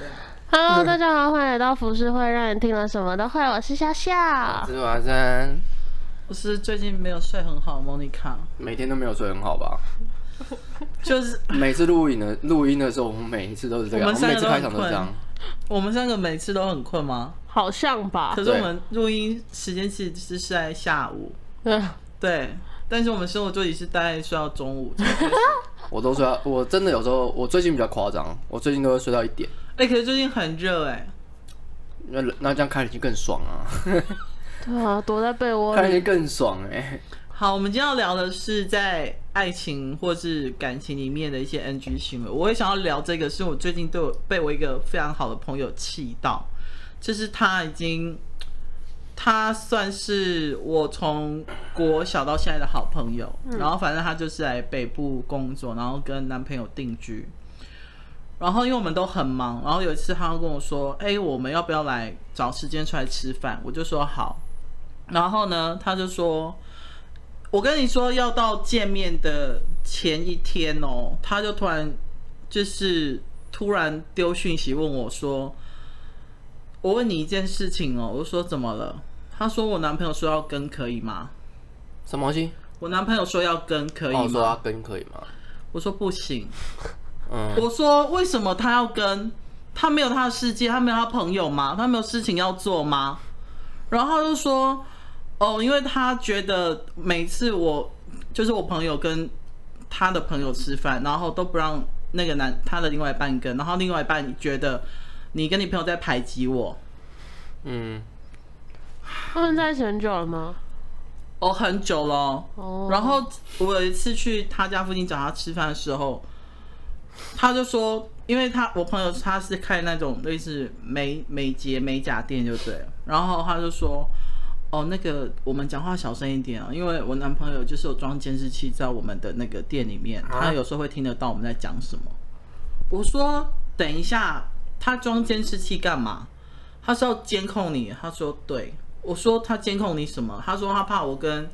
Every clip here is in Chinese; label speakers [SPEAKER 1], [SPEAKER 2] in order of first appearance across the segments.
[SPEAKER 1] 嗯
[SPEAKER 2] Hello，大家好，欢迎来到服饰会，让你听了什么都会。我是笑笑。
[SPEAKER 1] 啊
[SPEAKER 3] 芝麻山
[SPEAKER 1] 我是最近没有睡很好，莫妮卡，
[SPEAKER 3] 每天都没有睡很好吧？
[SPEAKER 1] 就是
[SPEAKER 3] 每次录影的录音的时候，我们每一次都是这样，我
[SPEAKER 1] 我
[SPEAKER 3] 们
[SPEAKER 1] 们三
[SPEAKER 3] 每
[SPEAKER 1] 个
[SPEAKER 3] 次
[SPEAKER 1] 都
[SPEAKER 3] 开
[SPEAKER 1] 很
[SPEAKER 3] 场都这样。
[SPEAKER 1] 我们三个每次都很困吗？
[SPEAKER 2] 好像吧
[SPEAKER 1] 可？是我
[SPEAKER 3] 对
[SPEAKER 1] 们录音时间其实是在下午，
[SPEAKER 2] 对，
[SPEAKER 1] 对，但是我们生活作息是大概睡到中午才。
[SPEAKER 3] 我都睡到，我真的有时候，我最近比较夸张，我最近都会睡到一点。
[SPEAKER 1] 哎、可是最近很热哎、
[SPEAKER 3] 那那这样开冷气更爽啊，
[SPEAKER 1] 哦
[SPEAKER 2] 对啊，躲在被窝
[SPEAKER 3] 开冷气
[SPEAKER 2] 里。
[SPEAKER 3] 更爽哎、
[SPEAKER 1] 好，我们今天要聊的是在爱情或是感情里面的一些 NG 行为。我也想要聊这个，是我最近对我被我一个非常好的朋友气到，就是他已经，他算是我从国小到现在的好朋友，然后反正他就是来北部工作，然后跟男朋友定居。然后因为我们都很忙，然后有一次他跟我说：“哎，我们要不要来找时间出来吃饭？”我就说好。然后呢，他就说：“我跟你说，要到见面的前一天哦，他就突然就是突然丢讯息问我说：‘我问你一件事情哦。’我说怎么了？他说我男朋友说要跟，可以吗？
[SPEAKER 3] 什么东西？
[SPEAKER 1] 我男朋友说要跟，可以
[SPEAKER 3] 哦我说
[SPEAKER 1] 吗？
[SPEAKER 3] 他跟可以吗？
[SPEAKER 1] 我说不行。
[SPEAKER 3] 嗯，
[SPEAKER 1] 我说为什么他要跟？他没有他的世界，他没有他朋友吗？他没有事情要做吗？然后他就说，哦，因为他觉得每次我就是我朋友跟他的朋友吃饭，然后都不让那个男他的另外一半跟，然后另外一半觉得你跟你朋友在排挤我。
[SPEAKER 3] 嗯，
[SPEAKER 2] 他们在一起很久了吗？
[SPEAKER 1] 哦，很久了哦、
[SPEAKER 2] 哦，
[SPEAKER 1] 然后我有一次去他家附近找他吃饭的时候，他就说，因为他我朋友他是开那种类似美美睫美甲店就对了，然后他就说，哦，那个我们讲话小声一点啊，因为我男朋友就是有装监视器在我们的那个店里面，他有时候会听得到我们在讲什么。我说等一下，他装监视器干嘛？他是要监控你。他说对。我说他监控你什么？他说他怕我跟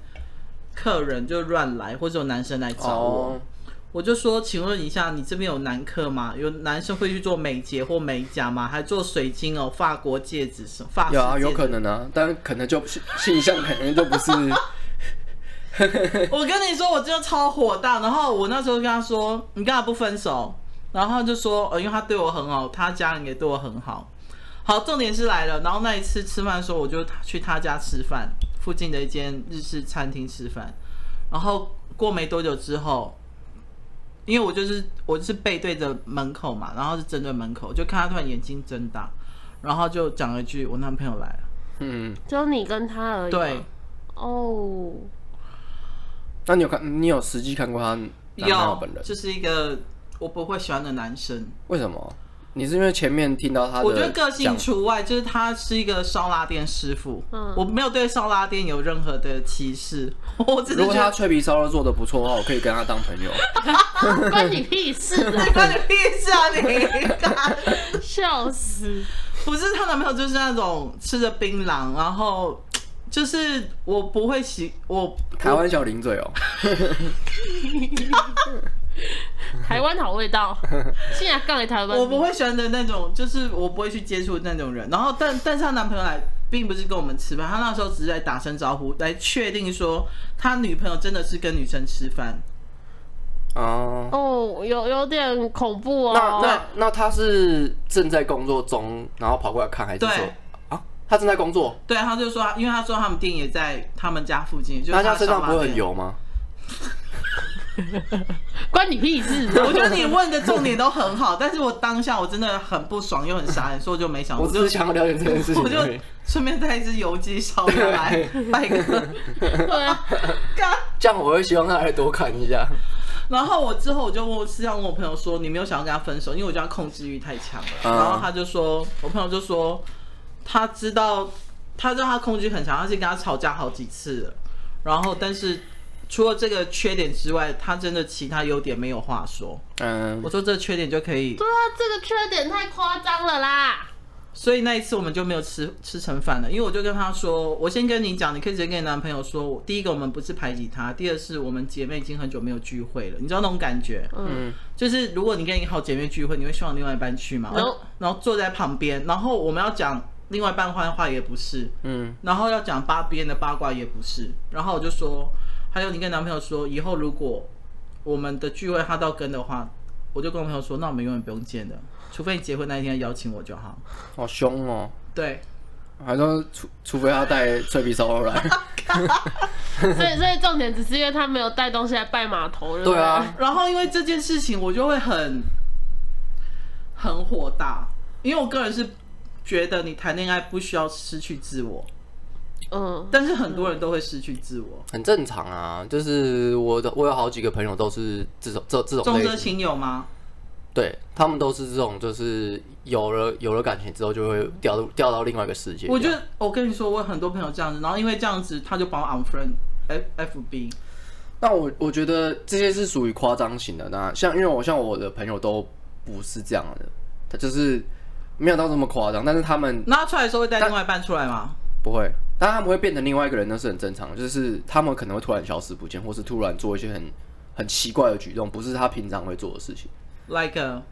[SPEAKER 1] 客人就乱来，或者有男生来找我。
[SPEAKER 3] 哦，
[SPEAKER 1] 我就说，请问一下，你这边有男客吗？有男生会去做美睫或美甲吗？还做水晶哦，法国戒指什么？法式
[SPEAKER 3] 有啊，
[SPEAKER 1] 戒
[SPEAKER 3] 有
[SPEAKER 1] 指
[SPEAKER 3] 可能啊，但可能就 性向可能就不是，
[SPEAKER 1] 我跟你说，我就超火大。然后我那时候跟他说：“你干嘛不分手？”然后他就说：“呃，因为他对我很好，他家人也对我很好。”好，重点是来了。然后那一次吃饭的时候，我就去他家吃饭，附近的一间日式餐厅吃饭。然后过没多久之后，因为我就是我就是背对着门口嘛，然后是针对门口，就看他突然眼睛睁大，然后就讲了一句：“我男朋友来了。
[SPEAKER 3] 嗯，
[SPEAKER 2] 只有你跟他而”已。
[SPEAKER 1] 对。，
[SPEAKER 2] 哦，
[SPEAKER 3] 那你有看，你有实际看过他男朋友
[SPEAKER 1] 有
[SPEAKER 3] 本人？
[SPEAKER 1] 就是一个我不会喜欢的男生。
[SPEAKER 3] 为什么？你是因为前面听到他的，
[SPEAKER 1] 我觉得个性除外，就是他是一个烧腊店师傅，
[SPEAKER 2] 嗯
[SPEAKER 1] 我没有对烧腊店有任何的歧视， 我只是
[SPEAKER 3] 如
[SPEAKER 1] 觉
[SPEAKER 3] 果他
[SPEAKER 1] 得
[SPEAKER 3] 脆皮烧肉做的不错的话，我可以跟他当朋 友。
[SPEAKER 2] 关你屁事啊！
[SPEAKER 1] 关你屁事啊你！
[SPEAKER 2] 笑死。
[SPEAKER 1] 不是她男朋友就是那种吃着槟榔，然后就是我不会喜我
[SPEAKER 3] 台湾小零嘴哦，
[SPEAKER 2] 台湾好味道，竟然杠给台湾。
[SPEAKER 1] 我不会喜欢的那种，就是我不会去接触那种人。然后但，但是她男朋友来，并不是跟我们吃饭，他那时候只是在打声招呼，来确定说他女朋友真的是跟女生吃饭。
[SPEAKER 3] 哦，
[SPEAKER 2] 哦，有有点恐怖哦。
[SPEAKER 3] 那那那他是正在工作中，然后跑过来看，还是说
[SPEAKER 1] 对
[SPEAKER 3] 啊，他正在工作？
[SPEAKER 1] 对，他就说他，因为他说他们店也在他们家附近，就是
[SPEAKER 3] 那
[SPEAKER 1] 他
[SPEAKER 3] 他
[SPEAKER 1] 的
[SPEAKER 3] 身上
[SPEAKER 1] 烧
[SPEAKER 3] 不
[SPEAKER 1] 腊
[SPEAKER 3] 会很
[SPEAKER 1] 店。
[SPEAKER 3] 油吗？
[SPEAKER 2] 关你屁事啊！
[SPEAKER 1] 我觉得你问的重点都很好，但是我当下我真的很不爽又很傻眼，所以我就没想，
[SPEAKER 3] 我
[SPEAKER 1] 我
[SPEAKER 3] 只
[SPEAKER 1] 就是
[SPEAKER 3] 想要了解这件事情
[SPEAKER 1] 我就
[SPEAKER 3] 而 已。
[SPEAKER 1] 顺便带一只油鸡烧下来，拜个
[SPEAKER 2] 对啊，
[SPEAKER 1] 干。
[SPEAKER 3] 这样我会希望他来多看一下。
[SPEAKER 1] 然后我之后我就问，私下问我朋友说，你没有想要跟他分手，因为我觉得他控制欲太强了。
[SPEAKER 3] 嗯
[SPEAKER 1] 然后他就说，我朋友就说，他知道，他知道他控制欲很强，他是跟他吵架好几次了。然后，但是除了这个缺点之外，他真的其他优点没有话说。
[SPEAKER 3] 嗯
[SPEAKER 1] 我，说这缺点就可以
[SPEAKER 2] 对，啊，这个缺点太夸张了啦。
[SPEAKER 1] 所以那一次我们就没有吃吃成饭了，因为我就跟他说，我先跟你讲，你可以直接跟你男朋友说，我第一个我们不是排挤他，第二是我们姐妹已经很久没有聚会了，你知道那种感觉，
[SPEAKER 3] 嗯，
[SPEAKER 1] 就是如果你跟你好姐妹聚会，你会希望另外一半去吗？然后
[SPEAKER 2] No
[SPEAKER 1] 然后坐在旁边，然后我们要讲另外一半坏话也不是，
[SPEAKER 3] 嗯，
[SPEAKER 1] 然后要讲八别人的八卦也不是，然后我就说，还有你跟男朋友说，以后如果我们的聚会他到跟的话，我就跟我朋友说，那我们永远不用见的，除非你结婚那一天邀请我就好。
[SPEAKER 3] 好凶哦！
[SPEAKER 1] 对，
[SPEAKER 3] 好像除除非他带脆皮烧肉来，
[SPEAKER 2] 所以所以重点只是因为他没有带东西来拜码头，不
[SPEAKER 3] 对啊，
[SPEAKER 1] 然后因为这件事情，我就会很很火大，因为我个人是觉得你谈恋爱不需要失去自我，
[SPEAKER 2] 嗯，
[SPEAKER 1] 但是很多人都会失去自我。
[SPEAKER 3] 很正常啊。就是我的，我有好几个朋友都是这种这这种
[SPEAKER 1] 重
[SPEAKER 3] 类
[SPEAKER 1] 色
[SPEAKER 3] 型，
[SPEAKER 1] 轻友吗？
[SPEAKER 3] 对他们都是这种，就是有了有了感情之后就会掉到掉到另外一个世界。
[SPEAKER 1] 我觉得我跟你说，我有很多朋友这样子，然后因为这样子，他就把我 unfriend F F B。
[SPEAKER 3] 那我我觉得这些是属于夸张型的。那像因为我像我的朋友都不是这样的，他就是没有到这么夸张，但是他们
[SPEAKER 1] 那他出来的时候会带另外一半出来吗？
[SPEAKER 3] 不会，但他们会变成另外一个人，那是很正常的。就是他们可能会突然消失不见，或是突然做一些很很奇怪的举动，不是他平常会做的事情。
[SPEAKER 1] like a-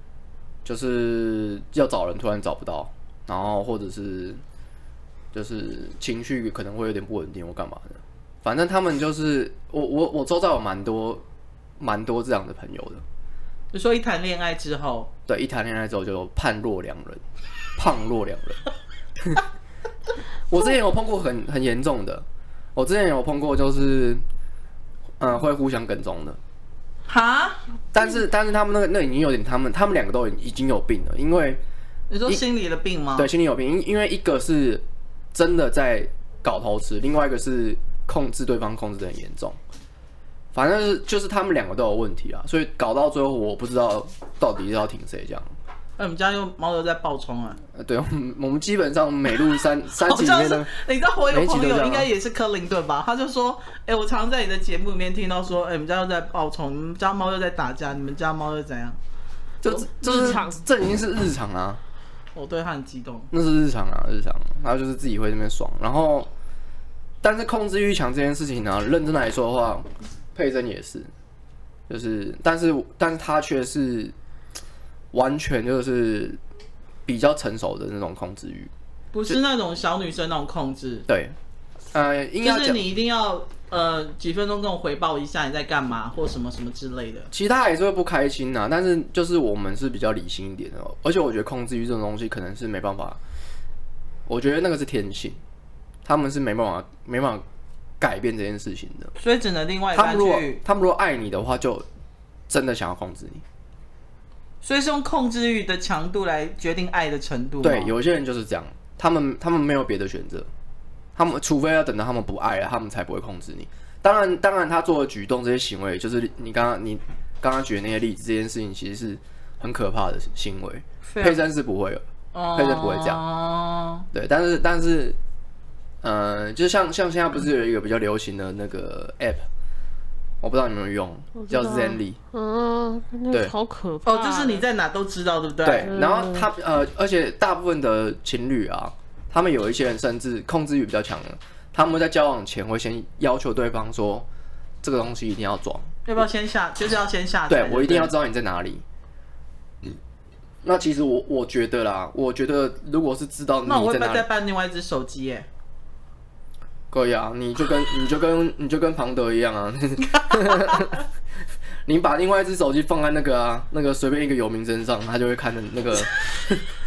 [SPEAKER 3] 就是要找人突然找不到，然后或者是就是情绪可能会有点不稳定或干嘛的。反正他们就是我我我周遭有蛮多蛮多这样的朋友的。
[SPEAKER 1] 你说一谈恋爱之后，
[SPEAKER 3] 对，一谈恋爱之后就判若两人，胖若两人。我之前有碰过很很严重的，我之前有碰过就是，嗯、会互相跟踪的。
[SPEAKER 1] 哈？
[SPEAKER 3] 但是但是他们那个那已经有点，他们他们两个都已经有病了，因为
[SPEAKER 1] 你说心理的病吗？
[SPEAKER 3] 对，心里有病，因因为一个是真的在搞偷吃，另外一个是控制对方控制的很严重。反正是就是他们两个都有问题啊，所以搞到最后我不知道到底是要挺谁这样。
[SPEAKER 1] 哎，我们家又猫又在爆冲啊！
[SPEAKER 3] 呃，对，我们我们基本上每录 三三
[SPEAKER 1] 好
[SPEAKER 3] 集里
[SPEAKER 1] 像
[SPEAKER 3] 面
[SPEAKER 1] 是
[SPEAKER 3] 的，
[SPEAKER 1] 你知道我有
[SPEAKER 3] 每一集
[SPEAKER 1] 朋
[SPEAKER 3] 都这
[SPEAKER 1] 友
[SPEAKER 3] 样啊
[SPEAKER 1] 应该也是克林顿吧？他就说，哎、我常在你的节目里面听到说，哎、你们家又在爆冲，你们家猫又在打架，你们家猫又怎样？
[SPEAKER 3] 就就是
[SPEAKER 2] 日常
[SPEAKER 3] 这已经是日常啊，
[SPEAKER 1] 我对他很激动。
[SPEAKER 3] 那是日常啊，日常。然后就是自己会这边爽，然后但是控制欲强这件事情呢、认真来说的话，佩珍也是，就是但是但是她却是完全就是比较成熟的那种控制欲，
[SPEAKER 1] 不是那种小女生那种控制，
[SPEAKER 3] 对，呃，应该
[SPEAKER 1] 就是
[SPEAKER 3] 讲。
[SPEAKER 1] 你一定要呃几分钟跟我回报一下你在干嘛或什么什么之类的。
[SPEAKER 3] 其他也是会不开心呐、但是就是我们是比较理性一点的哦，而且我觉得控制欲这种东西可能是没办法，我觉得那个是天性，他们是没办法没办法改变这件事情的。
[SPEAKER 1] 所以只能另外一
[SPEAKER 3] 他
[SPEAKER 1] 半
[SPEAKER 3] 们如果
[SPEAKER 1] 去，
[SPEAKER 3] 他们如果爱你的话，就真的想要控制你。
[SPEAKER 1] 所以是用控制欲的强度来决定爱的程度吗。
[SPEAKER 3] 对，有一些人就是这样，他们他们没有别的选择，他们除非要等到他们不爱了，他们才不会控制你。当然，当然，他做的举动这些行为，就是你刚刚你刚刚举的那些例子，这件事情其实是很可怕的行为。
[SPEAKER 1] 非
[SPEAKER 3] 佩珍是不会的。
[SPEAKER 1] 哦
[SPEAKER 3] 佩珍不会这样对，但是但是，呃，就像像现在不是有一个比较流行的那个 app，我不知道你们有没有用，叫 Zenly。
[SPEAKER 2] 嗯，
[SPEAKER 3] 对
[SPEAKER 2] 那好可怕
[SPEAKER 1] 哦，就是你在哪都知道，对不对？
[SPEAKER 3] 对，然后他呃，而且大部分的情侣啊，他们有一些人甚至控制欲比较强的，他们在交往前会先要求对方说，这个东西一定要装，
[SPEAKER 1] 要不要先下？就是要先下载。
[SPEAKER 3] 对我一定要。知道你在哪里。嗯那其实我我觉得啦，我觉得如果是知道你
[SPEAKER 1] 那我会
[SPEAKER 3] 在
[SPEAKER 1] 不会
[SPEAKER 3] 哪里
[SPEAKER 1] 再，办另外一只手机？耶？
[SPEAKER 3] 可以啊，你就跟 你就跟你就跟庞德一样啊， 你把另外一只手机放在那个啊那个随便一个游民身上，他就会看着那个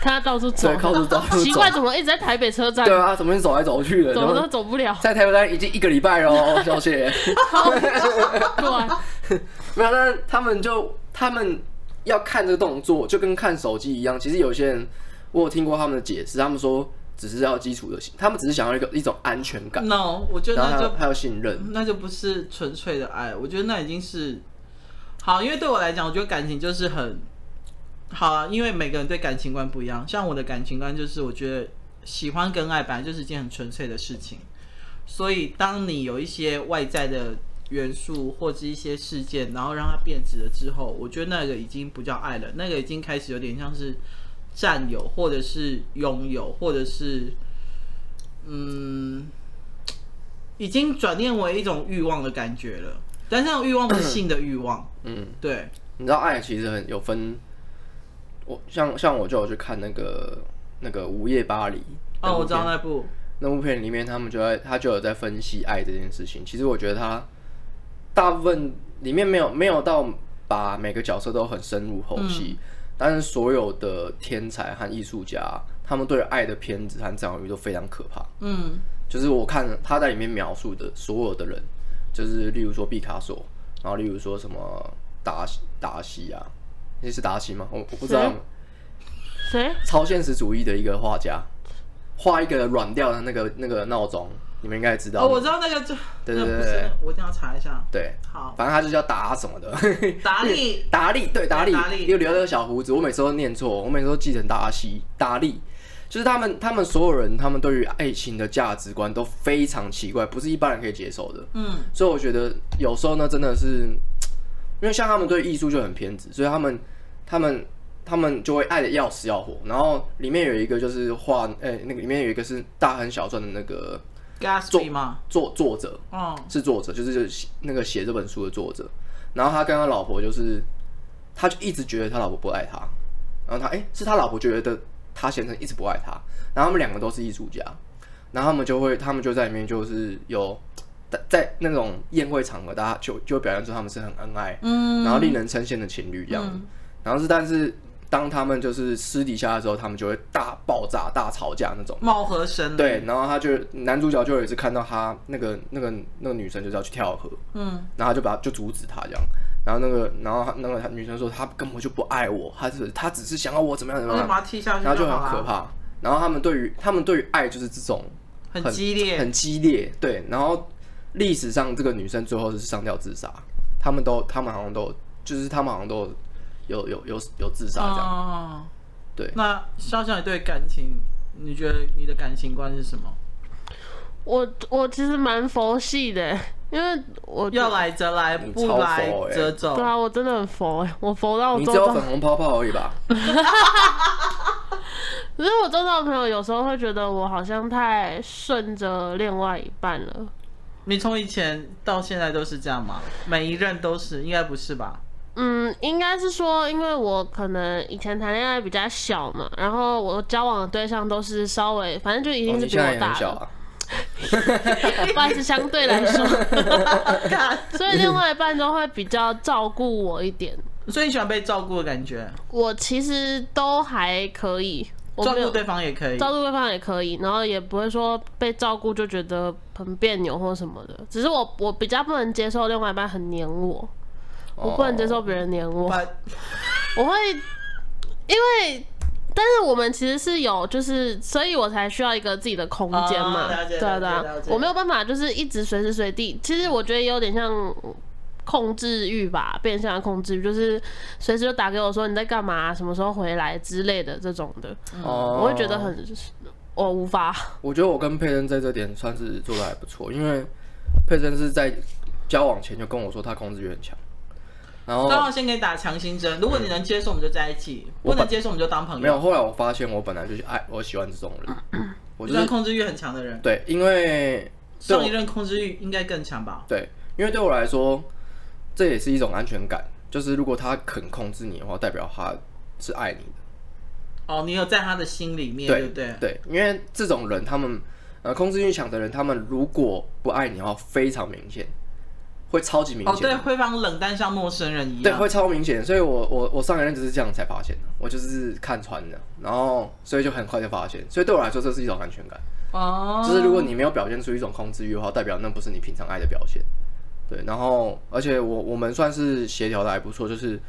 [SPEAKER 2] 他到处走
[SPEAKER 3] 对，靠着到处
[SPEAKER 2] 奇
[SPEAKER 3] 走，
[SPEAKER 2] 怪，怎么一直在台北车站
[SPEAKER 3] 对，啊，怎么走来走去的，
[SPEAKER 2] 怎
[SPEAKER 3] 然
[SPEAKER 2] 么都
[SPEAKER 3] 后
[SPEAKER 2] 走不了？
[SPEAKER 3] 在台北站已经一个礼拜喽， 小雪，
[SPEAKER 1] 啊
[SPEAKER 2] 对，
[SPEAKER 3] 没有，但是他们就他们要看这个动作，就跟看手机一样。其实有些人我有听过他们的解释，他们说只是要基础的，他们只是想要一个一种安全感，
[SPEAKER 1] No，我觉得
[SPEAKER 3] 然后
[SPEAKER 1] 那
[SPEAKER 3] 还
[SPEAKER 1] 就
[SPEAKER 3] 有还有信任。
[SPEAKER 1] 那就不是纯粹的爱，我觉得那已经是好，因为对我来讲，我觉得感情就是很好啊，因为每个人对感情观不一样。像我的感情观就是，我觉得喜欢跟爱本来就是一件很纯粹的事情，所以当你有一些外在的元素或者一些事件，然后让它变质了之后，我觉得那个已经不叫爱了，那个已经开始有点像是。占有，或者是拥有，或者是嗯，已经转变为一种欲望的感觉了。但这种欲望不是性的欲 望，
[SPEAKER 3] 嗯，
[SPEAKER 1] 对，
[SPEAKER 3] 你知道爱其实很有分，我像像我就有去看那个那个《午夜巴黎》
[SPEAKER 1] 哦，我知道
[SPEAKER 3] 那部片
[SPEAKER 1] 那部，
[SPEAKER 3] 那部片里面，他们就在他就有在分析爱这件事情。其实我觉得他大部分里面没有没有到把每个角色都很深入剖析，但是所有的天才和艺术家，他们对爱的片子和占有欲都非常可怕。
[SPEAKER 1] 嗯，
[SPEAKER 3] 就是我看他在里面描述的所有的人，就是例如说毕卡索，然后例如说什么达西达西啊，那是达西吗？我我不知道
[SPEAKER 2] 谁， 谁？
[SPEAKER 3] 超现实主义的一个画家，画一个软调的那个那个闹钟，你们应该知道。
[SPEAKER 1] 哦，我知道那个就，
[SPEAKER 3] 对对
[SPEAKER 1] 那不
[SPEAKER 3] 对
[SPEAKER 1] 是，我一定要查一下。
[SPEAKER 3] 对，
[SPEAKER 1] 好，
[SPEAKER 3] 反正他就叫达什么的，
[SPEAKER 1] 达利，
[SPEAKER 3] 达利，对达利，
[SPEAKER 1] 达利
[SPEAKER 3] 又留了个小胡子，我每次都念错，我每次都记成达西达利。就是他们，他们所有人，他们对于爱情的价值观都非常奇怪，不是一般人可以接受的。
[SPEAKER 1] 嗯，
[SPEAKER 3] 所以我觉得有时候呢，真的是因为像他们对艺术就很偏执，所以他们他们他们就会爱的要死要活。然后里面有一个就是画，呃、那个里面有一个是大亨小传的那个
[SPEAKER 1] Gatsby 嘛，
[SPEAKER 3] 作作者，
[SPEAKER 1] 哦，
[SPEAKER 3] 是作者，就是就是那个写这本书的作者。然后他跟他老婆就是，他就一直觉得他老婆不爱他，然后他哎、诶是他老婆觉得他先生一直不爱他，然后他们两个都是艺术家，然后他们就会他们就在里面就是有在在那种宴会场合，大家就就会表现出他们是很恩爱，
[SPEAKER 1] 嗯，
[SPEAKER 3] 然后令人称羡的情侣这样子。然后是但是当他们就是私底下的时候，他们就会大爆炸、大吵架那种。
[SPEAKER 1] 貌合神离，
[SPEAKER 3] 对，然后他就男主角就有一次看到他那个那个那个女生就是要去跳河，
[SPEAKER 1] 嗯，
[SPEAKER 3] 然后他就把就阻止他这样，然后那个然后他那个女生说她根本就不爱我，她只她只是想要我怎么样怎
[SPEAKER 1] 那
[SPEAKER 3] 么
[SPEAKER 2] 哦
[SPEAKER 1] 就
[SPEAKER 3] 样，
[SPEAKER 1] 把它踢下去
[SPEAKER 3] 然后就
[SPEAKER 1] 好
[SPEAKER 3] 很可
[SPEAKER 1] 了，
[SPEAKER 3] 怕。然后他们对于他们对于爱就是这种
[SPEAKER 1] 很激烈，
[SPEAKER 3] 很激烈，对。然后历史上这个女生最后是上吊自杀，他们都他们好像都有就是他们好像都有有有有有自杀这样。
[SPEAKER 1] 哦，
[SPEAKER 3] 对
[SPEAKER 1] 那肖像你对感情，你觉得你的感情观是什么？
[SPEAKER 2] 我我其实蛮佛系的，因为我
[SPEAKER 1] 要来则来，
[SPEAKER 3] 你
[SPEAKER 1] 不
[SPEAKER 3] 超
[SPEAKER 1] 来
[SPEAKER 3] 佛欸
[SPEAKER 1] 则
[SPEAKER 2] 对
[SPEAKER 1] 走。
[SPEAKER 2] 啊，我真的很佛，我佛到哦我
[SPEAKER 3] 你
[SPEAKER 2] 周
[SPEAKER 3] 只有
[SPEAKER 2] 遭
[SPEAKER 3] 粉，红泡泡而已吧？哦
[SPEAKER 2] 可是我周遭的朋友有时候会觉得我好像太顺着另外一半了。
[SPEAKER 1] 你从以前到现在都是这样吗？每一任都是，应该不是吧？
[SPEAKER 2] 嗯，应该是说，因为我可能以前谈恋爱比较小嘛，然后我交往的对象都是稍微，反正就一
[SPEAKER 3] 哦
[SPEAKER 2] 定是
[SPEAKER 3] 你
[SPEAKER 2] 比
[SPEAKER 3] 现在
[SPEAKER 2] 我
[SPEAKER 3] 也很
[SPEAKER 2] 大
[SPEAKER 3] 小
[SPEAKER 2] 的，
[SPEAKER 3] 啊。
[SPEAKER 2] 不然是相对来 说，
[SPEAKER 1] 干
[SPEAKER 2] 所以另外一半都会比较照顾我一点。
[SPEAKER 1] 所以你喜欢被照顾的感觉，
[SPEAKER 2] 我其实都还可以，我
[SPEAKER 1] 照
[SPEAKER 2] 没
[SPEAKER 1] 顾
[SPEAKER 2] 有
[SPEAKER 1] 对方也可以。
[SPEAKER 2] 照顾对方也可以，然后也不会说被照顾就觉得很别扭或什么的。只是我我比较不能接受另外一半很黏我，我不能接受别人黏我，
[SPEAKER 1] 把
[SPEAKER 2] 我会因为。但是我们其实是有，就是所以我才需要一个自己的空间嘛，
[SPEAKER 1] 哦了解
[SPEAKER 2] 对啊对啊
[SPEAKER 1] 了解了，解
[SPEAKER 2] 我没有办法就是一直随时随地。其实我觉得也有点像控制欲吧，变相的控制欲，就是随时就打给我说你在干嘛、什么时候回来之类的这种的，
[SPEAKER 3] 哦
[SPEAKER 2] 我会觉得很我无法。
[SPEAKER 3] 我觉得我跟佩珍在这点算是做的还不错，因为佩珍是在交往前就跟我说她控制欲很强，然后
[SPEAKER 1] 刚好先给你打强心针，如果你能接受，我们就在一起；
[SPEAKER 2] 哦
[SPEAKER 3] 我
[SPEAKER 1] 不能
[SPEAKER 3] 把
[SPEAKER 1] 接受，我们就当朋
[SPEAKER 3] 没有。
[SPEAKER 1] 友。
[SPEAKER 3] 后来我发现我本来就是爱我喜欢这种人， 我
[SPEAKER 1] 我
[SPEAKER 3] 就
[SPEAKER 1] 就是
[SPEAKER 3] 是
[SPEAKER 1] 控制欲很强的人，
[SPEAKER 3] 对，因为对
[SPEAKER 1] 上一
[SPEAKER 3] 我
[SPEAKER 1] 任控制欲应该更强吧？
[SPEAKER 3] 对，因为对我来说这也是一种安全感，就是如果他肯控制你的话，代表他是爱你的。
[SPEAKER 1] 哦，你有在他的心里面，对
[SPEAKER 3] 对
[SPEAKER 1] 不对？
[SPEAKER 3] 对，因为这种人，他们呃控制欲强的人，他们如果不爱你的话，非常明显，会超级明
[SPEAKER 1] 哦，
[SPEAKER 3] 显。
[SPEAKER 1] 对，会让冷淡像陌生人一
[SPEAKER 3] 对，
[SPEAKER 1] 样。
[SPEAKER 3] 会超明显。所以我我我上一任就是这样才发现的，我就是看穿的，然后所以就很快就发现。所以对我来说，这是一种安全感，
[SPEAKER 1] 哦，
[SPEAKER 3] 就是如果你没有表现出一种控制欲的话，代表那不是你平常爱的表现。对，然后而且我我们算是协调的还不错，就是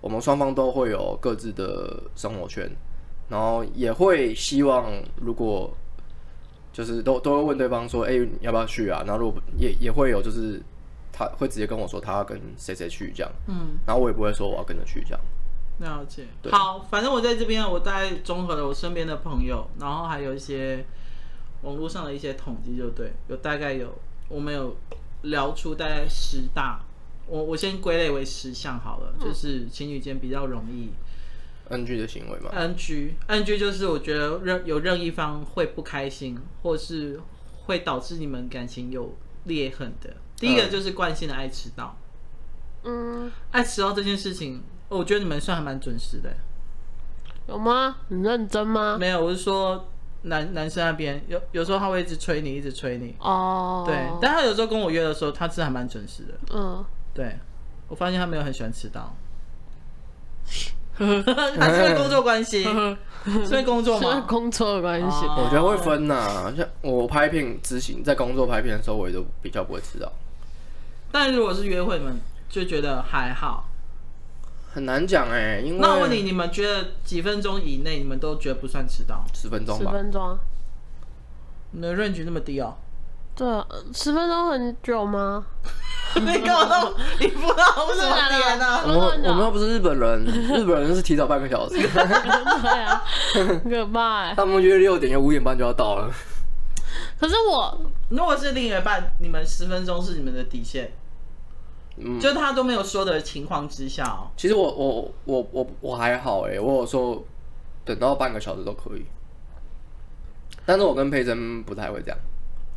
[SPEAKER 3] 我们双方都会有各自的生活圈，然后也会希望如果。就是都都会问对方说，哎、你要不要去啊？然后如果不也也会有，就是他会直接跟我说他要跟谁谁去这样，
[SPEAKER 1] 嗯，
[SPEAKER 3] 然后我也不会说我要跟着去这样。
[SPEAKER 1] 了解。
[SPEAKER 3] 对
[SPEAKER 1] 好，反正我在这边，我大概综合了我身边的朋友，然后还有一些网络上的一些统计，就对，有大概有我们有聊出大概十大，我我先归类为十项好了，就是情侣间比较容易
[SPEAKER 3] NG 的行为嘛。
[SPEAKER 1] NG NG 就是我觉得任有任一方会不开心，或是会导致你们感情有裂痕的。第一个就是惯性的爱迟到，
[SPEAKER 2] 嗯，
[SPEAKER 1] 爱迟到这件事情，我觉得你们算还蛮准时的。
[SPEAKER 2] 有吗？你认真吗？
[SPEAKER 1] 没有，我是说男男生那边有有时候他会一直催你，一直催你。
[SPEAKER 2] 哦，
[SPEAKER 1] 对，但他有时候跟我约的时候，他是还蛮准时的。
[SPEAKER 2] 嗯，
[SPEAKER 1] 对，我发现他没有很喜欢迟到。 他是因为工作关 系，是因为工作
[SPEAKER 2] 是跟
[SPEAKER 1] 吗？
[SPEAKER 2] 工作有关系。
[SPEAKER 1] 哦
[SPEAKER 3] 我觉得会分呐、像我拍片执行在工作拍片的时候，我也都比较不会迟到，
[SPEAKER 1] 但如果是约会，你们就觉得还好。
[SPEAKER 3] 很难讲哎、因为
[SPEAKER 1] 那我问你，你们觉得几分钟以内你们都觉得不算迟到？
[SPEAKER 3] 十分钟
[SPEAKER 2] 十
[SPEAKER 3] 吧，
[SPEAKER 2] 分钟啊，
[SPEAKER 1] 你的 range 那么低哦？
[SPEAKER 2] 对啊，十分钟很久吗？
[SPEAKER 1] 你搞到你不知道为什么点啊
[SPEAKER 3] 我
[SPEAKER 1] 呢？
[SPEAKER 3] 们
[SPEAKER 2] 真的
[SPEAKER 3] 我们又不是日本 人，日本人是提早半个小时，
[SPEAKER 2] 对啊，很可怕欸。
[SPEAKER 3] 他们约六点，五点半就要到了。
[SPEAKER 2] 可是我
[SPEAKER 1] 如果是另一半，你们十分钟是你们的底线，
[SPEAKER 3] 嗯，
[SPEAKER 1] 就他都没有说的情况之下哦。
[SPEAKER 3] 其实我我我我我还好哎、我有时候等到半个小时都可以，但是我跟佩珍不太会这样，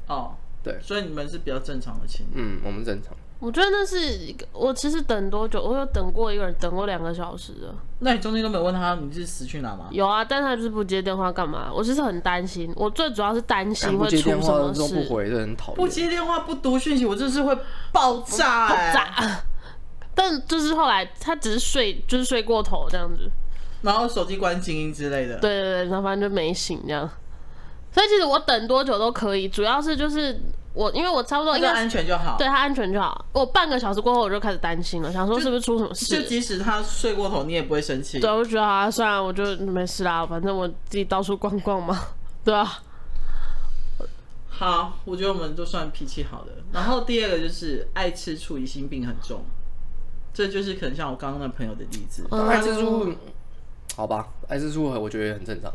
[SPEAKER 1] 哦，
[SPEAKER 3] 对
[SPEAKER 1] 所以你们是比较正常的情侣。
[SPEAKER 3] 嗯，我们正常。
[SPEAKER 2] 我觉得那是一个，我其实等多久？我有等过一个人，等过两个小时的。
[SPEAKER 1] 那你中间都没有问他你是死去哪吗？
[SPEAKER 2] 有啊，但他就是不接电话干嘛？我其实很担心，我最主要是担
[SPEAKER 3] 敢
[SPEAKER 2] 心
[SPEAKER 3] 哎不
[SPEAKER 2] 会
[SPEAKER 3] 接
[SPEAKER 2] 出
[SPEAKER 3] 电
[SPEAKER 2] 什
[SPEAKER 3] 话
[SPEAKER 2] 么
[SPEAKER 3] 都不
[SPEAKER 2] 事。
[SPEAKER 3] 回，这很讨厌。
[SPEAKER 1] 不接电话不读讯息，我真的是会爆炸、欸！
[SPEAKER 2] 炸！ 但就是后来他只是睡，就是睡过头这样子。
[SPEAKER 1] 然后手机关静音之类的。
[SPEAKER 2] 对对对，然后反正就没醒这样。所以其实我等多久都可以，主要是就是我，因为我差不多
[SPEAKER 1] 那
[SPEAKER 2] 应
[SPEAKER 1] 个
[SPEAKER 2] 该
[SPEAKER 1] 安全就好。
[SPEAKER 2] 对，他安全就好。我半个小时过后我就开始担心了，想说是不是出什么
[SPEAKER 1] 就
[SPEAKER 2] 事？
[SPEAKER 1] 即使他睡过头，你也不会生气。
[SPEAKER 2] 对，我就觉得啊，算了，我就没事啦，反正我自己到处逛逛嘛，对啊。
[SPEAKER 1] 好，我觉得我们都算脾气好的。然后第二个就是爱吃醋，疑心病很重，这就是可能像我刚刚那朋友的例子。
[SPEAKER 2] 嗯
[SPEAKER 3] 爱吃醋，好吧，爱吃醋我觉得也很正常。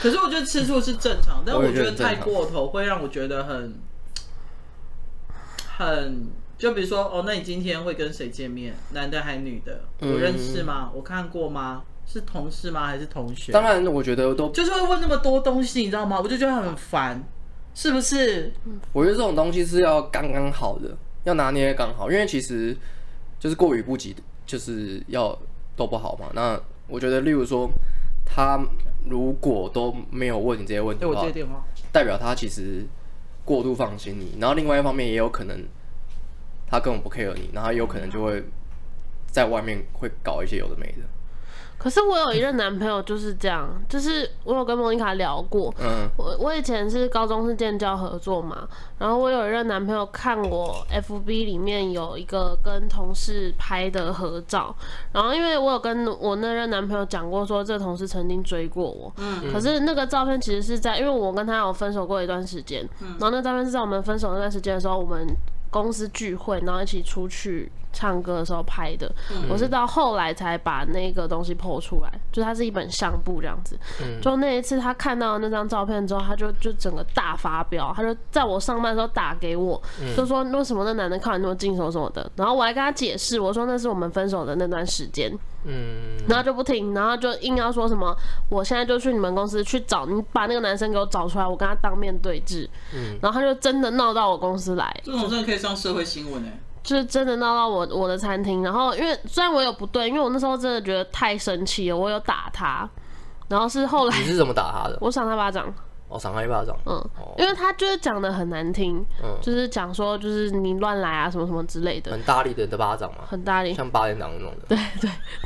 [SPEAKER 1] 可是我觉得吃醋是正常，但
[SPEAKER 3] 我
[SPEAKER 1] 我
[SPEAKER 3] 也觉
[SPEAKER 1] 觉
[SPEAKER 3] 得
[SPEAKER 1] 得
[SPEAKER 3] 很正常
[SPEAKER 1] 太过头会让我觉得很很。就比如说，哦，那你今天会跟谁见面？男的还是女的？
[SPEAKER 3] 嗯
[SPEAKER 1] 我认识吗？我看过吗？是同事吗？还是同学？
[SPEAKER 3] 当然，我觉得都，
[SPEAKER 1] 就是会问那么多东西，你知道吗？我就觉得很烦，是不是？
[SPEAKER 3] 我觉得这种东西是要刚刚好的，要拿捏刚好，因为其实就是过于不及，就是要都不好嘛。那我觉得，例如说，他如果都没有问你这些问题
[SPEAKER 1] 对
[SPEAKER 3] 的
[SPEAKER 1] 我
[SPEAKER 3] 话
[SPEAKER 1] 接，电话，
[SPEAKER 3] 代表他其实过度放心你，然后另外一方面也有可能他根本不 care 你，然后也有可能就会在外面会搞一些有的没的。
[SPEAKER 2] 可是我有一任男朋友就是这样，就是我有跟莫妮卡聊过，
[SPEAKER 3] 嗯，
[SPEAKER 2] 我我以前是高中是建教合作嘛，然后我有一任男朋友看我 FB 里面有一个跟同事拍的合照，然后因为我有跟我那任男朋友讲过说这个同事曾经追过我，嗯，可是那个照片其实是在因为我跟他有分手过一段时间，然后那照片是在我们分手那段时间的时候，我们公司聚会，然后一起出去唱歌的时候拍的。我是到后来才把那个东西剖出来，就它是一本相簿这样子。就那一次他看到那张照片之后，他就就整个大发飙，他就在我上班的时候打给我，就说为什么那男的靠你那么近什么什么的。然后我还跟他解释，我说那是我们分手的那段时间。
[SPEAKER 3] 嗯，
[SPEAKER 2] 然后就不听，然后就硬要说什么，我现在就去你们公司去找你，把那个男生给我找出来，我跟他当面对质。然后他就真的闹到我公司来，
[SPEAKER 1] 这种真的可以上社会新闻哎、
[SPEAKER 2] 就是真的闹到我我的餐厅。然后因为虽然我有不对，因为我那时候真的觉得太生气了，我有打他。然后是 后来？
[SPEAKER 3] 你是怎么打他的
[SPEAKER 2] 我赏他巴掌，
[SPEAKER 3] 我赏他一巴掌。
[SPEAKER 2] 嗯
[SPEAKER 3] 哦，
[SPEAKER 2] 因为他就是讲的很难听，
[SPEAKER 3] 嗯
[SPEAKER 2] 就是讲说就是你乱来啊什么什么之类的，
[SPEAKER 3] 很大力的的巴掌嘛，
[SPEAKER 2] 很大力。
[SPEAKER 3] 像八点档那种的。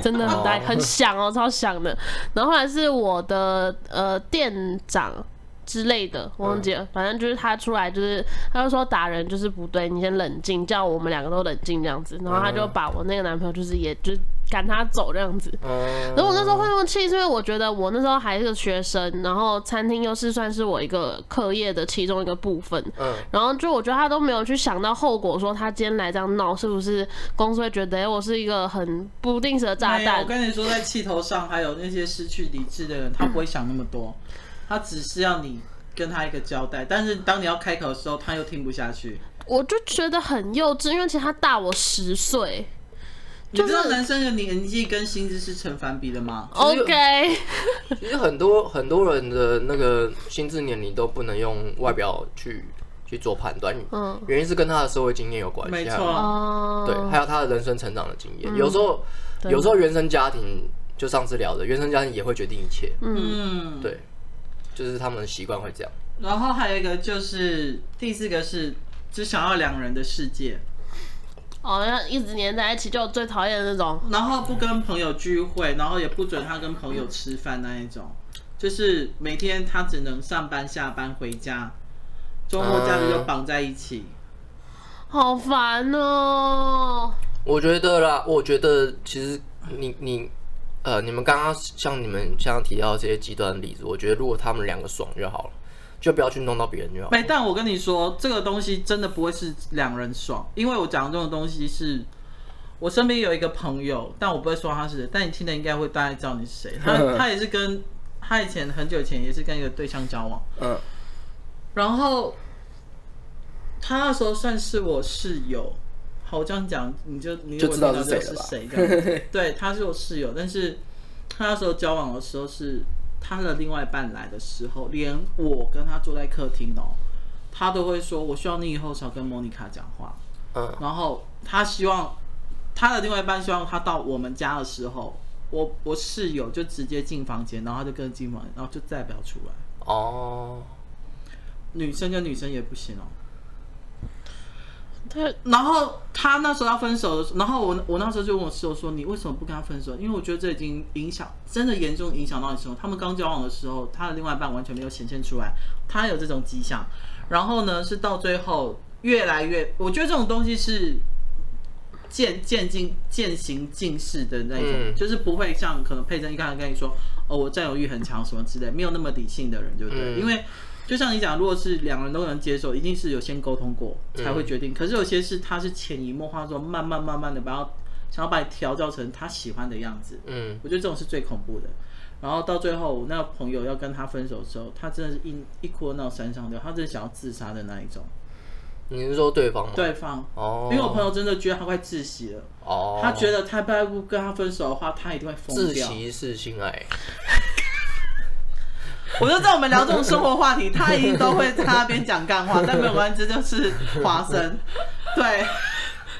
[SPEAKER 2] 真的很大，
[SPEAKER 3] 哦
[SPEAKER 2] 很响哦，超响的。然后后来是我的呃店长之类的，
[SPEAKER 3] 嗯
[SPEAKER 2] 忘记了，反正就是他出来就是，他就说打人就是不对，你先冷静，叫我们两个都冷静这样子。然后他就把我那个男朋友就是也就赶他走这样子。
[SPEAKER 3] 嗯，
[SPEAKER 2] 然后我那时候会那么气，是因为我觉得我那时候还是个学生，然后餐厅又是算是我一个课业的其中一个部分，
[SPEAKER 3] 嗯，
[SPEAKER 2] 然后就我觉得他都没有去想到后果，说他今天来这样闹，是不是公司会觉得哎、诶我是一个很不定时的炸
[SPEAKER 1] 没有我
[SPEAKER 2] 弹？
[SPEAKER 1] 跟你说，在气头上，还有那些失去理智的人，他不会想那么多，他只是要你跟他一个交代。但是当你要开口的时候，他又听不下去。
[SPEAKER 2] 我就觉得很幼稚，因为其实他大我十岁，
[SPEAKER 1] 你知道男生的年纪跟薪资是成反比的吗？
[SPEAKER 3] 就是
[SPEAKER 2] OK，
[SPEAKER 3] 其实很多很多人的那个心智年龄都不能用外表去去做判断，
[SPEAKER 2] 嗯，
[SPEAKER 3] 原因是跟他的社会经验有关系，
[SPEAKER 1] 没
[SPEAKER 3] 还有
[SPEAKER 1] 错
[SPEAKER 2] 哦，
[SPEAKER 3] 对，还有他的人生成长的经验。
[SPEAKER 2] 嗯
[SPEAKER 3] 有时候，有时候原生家庭，就上次聊的，原生家庭也会决定一切。
[SPEAKER 1] 嗯，
[SPEAKER 3] 对，就是他们的习惯会这样。
[SPEAKER 1] 然后还有一个就是第四个是只想要两人的世界，
[SPEAKER 2] 哦，要一直黏在一起，就我最讨厌的那种，
[SPEAKER 1] 然后不跟朋友聚会，然后也不准他跟朋友吃饭那一种，就是每天他只能上班、下班、回家，周末假日就绑在一起。
[SPEAKER 2] 好烦哦。
[SPEAKER 3] 我觉得啦，我觉得其实你你呃，你们刚刚像你们像提到这些极端的例子，我觉得如果他们两个爽就好了，就不要去弄到别人就好了。
[SPEAKER 1] 没，哎但我跟你说，这个东西真的不会是两人爽，因为我讲的这种东西是。我身边有一个朋友，但我不会说他是谁，但你听的应该会大概知道你是谁。 他他也是跟他以前很久以前也是跟一个对象交往，
[SPEAKER 3] 嗯
[SPEAKER 1] 然后他那时候算是我室友，好，我这样讲你就你
[SPEAKER 3] 就知道
[SPEAKER 1] 我
[SPEAKER 3] 是
[SPEAKER 1] 听到
[SPEAKER 3] 谁
[SPEAKER 1] 就
[SPEAKER 3] 了
[SPEAKER 1] 是
[SPEAKER 3] 吧
[SPEAKER 1] 谁这样。对，他是我室友，但是他那时候交往的时候是他的另外一半来的时候，连我跟他坐在客厅哦，他都会说：“我希望你以后少跟莫妮卡讲话。”
[SPEAKER 3] 嗯，
[SPEAKER 1] 然后他希望他的另外一半希望他到我们家的时候，我我室友就直接进房间，然后他就跟着进房间，然后就再也不要出来。
[SPEAKER 3] 哦，
[SPEAKER 1] 女生跟女生也不行哦。
[SPEAKER 2] 他
[SPEAKER 1] 然后他那时候要分手的时候，然后我我那时候就问我室友说：“你为什么不跟他分手？”因为我觉得这已经影响，真的严重影响到你生活。他们刚交往的时候，他的另外一半完全没有显现出来，他有这种迹象。然后呢，是到最后越来越，我觉得这种东西是渐渐进渐行渐式的那一种，
[SPEAKER 3] 嗯
[SPEAKER 1] 就是不会像可能佩珍一开始跟你说，哦，我占有欲很强什么之类，没有那么理性的人，对不对？
[SPEAKER 3] 嗯
[SPEAKER 1] 因为就像你讲，如果是两人都能接受，一定是有先沟通过
[SPEAKER 3] 嗯
[SPEAKER 1] 才会决定。可是有些事他是潜移默化中，慢慢慢慢的把要想要把你调教成他喜欢的样子，
[SPEAKER 3] 嗯，
[SPEAKER 1] 我觉得这种是最恐怖的。然后到最后，我那个朋友要跟他分手的时候，他真的是一一哭二闹三上吊，他真的想要自杀的那一种。
[SPEAKER 3] 你是说对方吗？，
[SPEAKER 1] 对方，
[SPEAKER 3] 哦，
[SPEAKER 1] 因为我朋友真的觉得他快窒息了，
[SPEAKER 3] 哦，
[SPEAKER 1] 他觉得他再不跟他分手的话，他一定会疯
[SPEAKER 3] 自
[SPEAKER 1] 掉。
[SPEAKER 3] 习是性爱，
[SPEAKER 1] 我就知道我们聊这种生活话题，他一定都会在那边讲干话， 但没有关系，这就是华生，对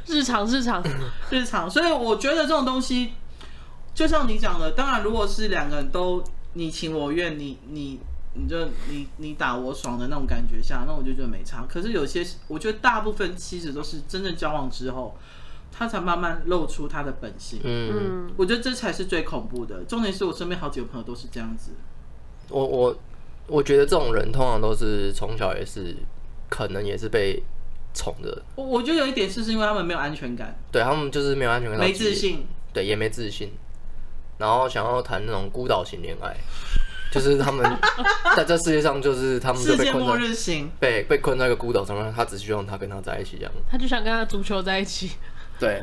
[SPEAKER 2] 日常日常，
[SPEAKER 1] 日常。所以我觉得这种东西，就像你讲的，当然如果是两个人都你情我愿，你你你就你你打我爽的那种感觉下，那我就觉得没差。可是有些，我觉得大部分妻子都是真正交往之后，他才慢慢露出他的本性。
[SPEAKER 3] 嗯，
[SPEAKER 2] 嗯，
[SPEAKER 1] 我觉得这才是最恐怖的。重点是我身边好几个朋友都是这样子。
[SPEAKER 3] 我我我觉得这种人通常都是从小也是，可能也是被宠的，
[SPEAKER 1] 我我觉得有一点是是因为他们没有安全感，
[SPEAKER 3] 对他们就是没有安全感，
[SPEAKER 1] 没自，信。
[SPEAKER 3] 对，也没自信，然后想要谈那种孤岛型恋爱，就是他们 在这世界上，就是他嗯们就
[SPEAKER 1] 世
[SPEAKER 3] 被
[SPEAKER 1] 界
[SPEAKER 3] 困
[SPEAKER 1] 末
[SPEAKER 3] 在
[SPEAKER 1] 日型，
[SPEAKER 3] 被被困在一个孤岛上面，他只希望他跟他在一起这样。
[SPEAKER 2] 他就想跟他足球在一起。
[SPEAKER 3] 对，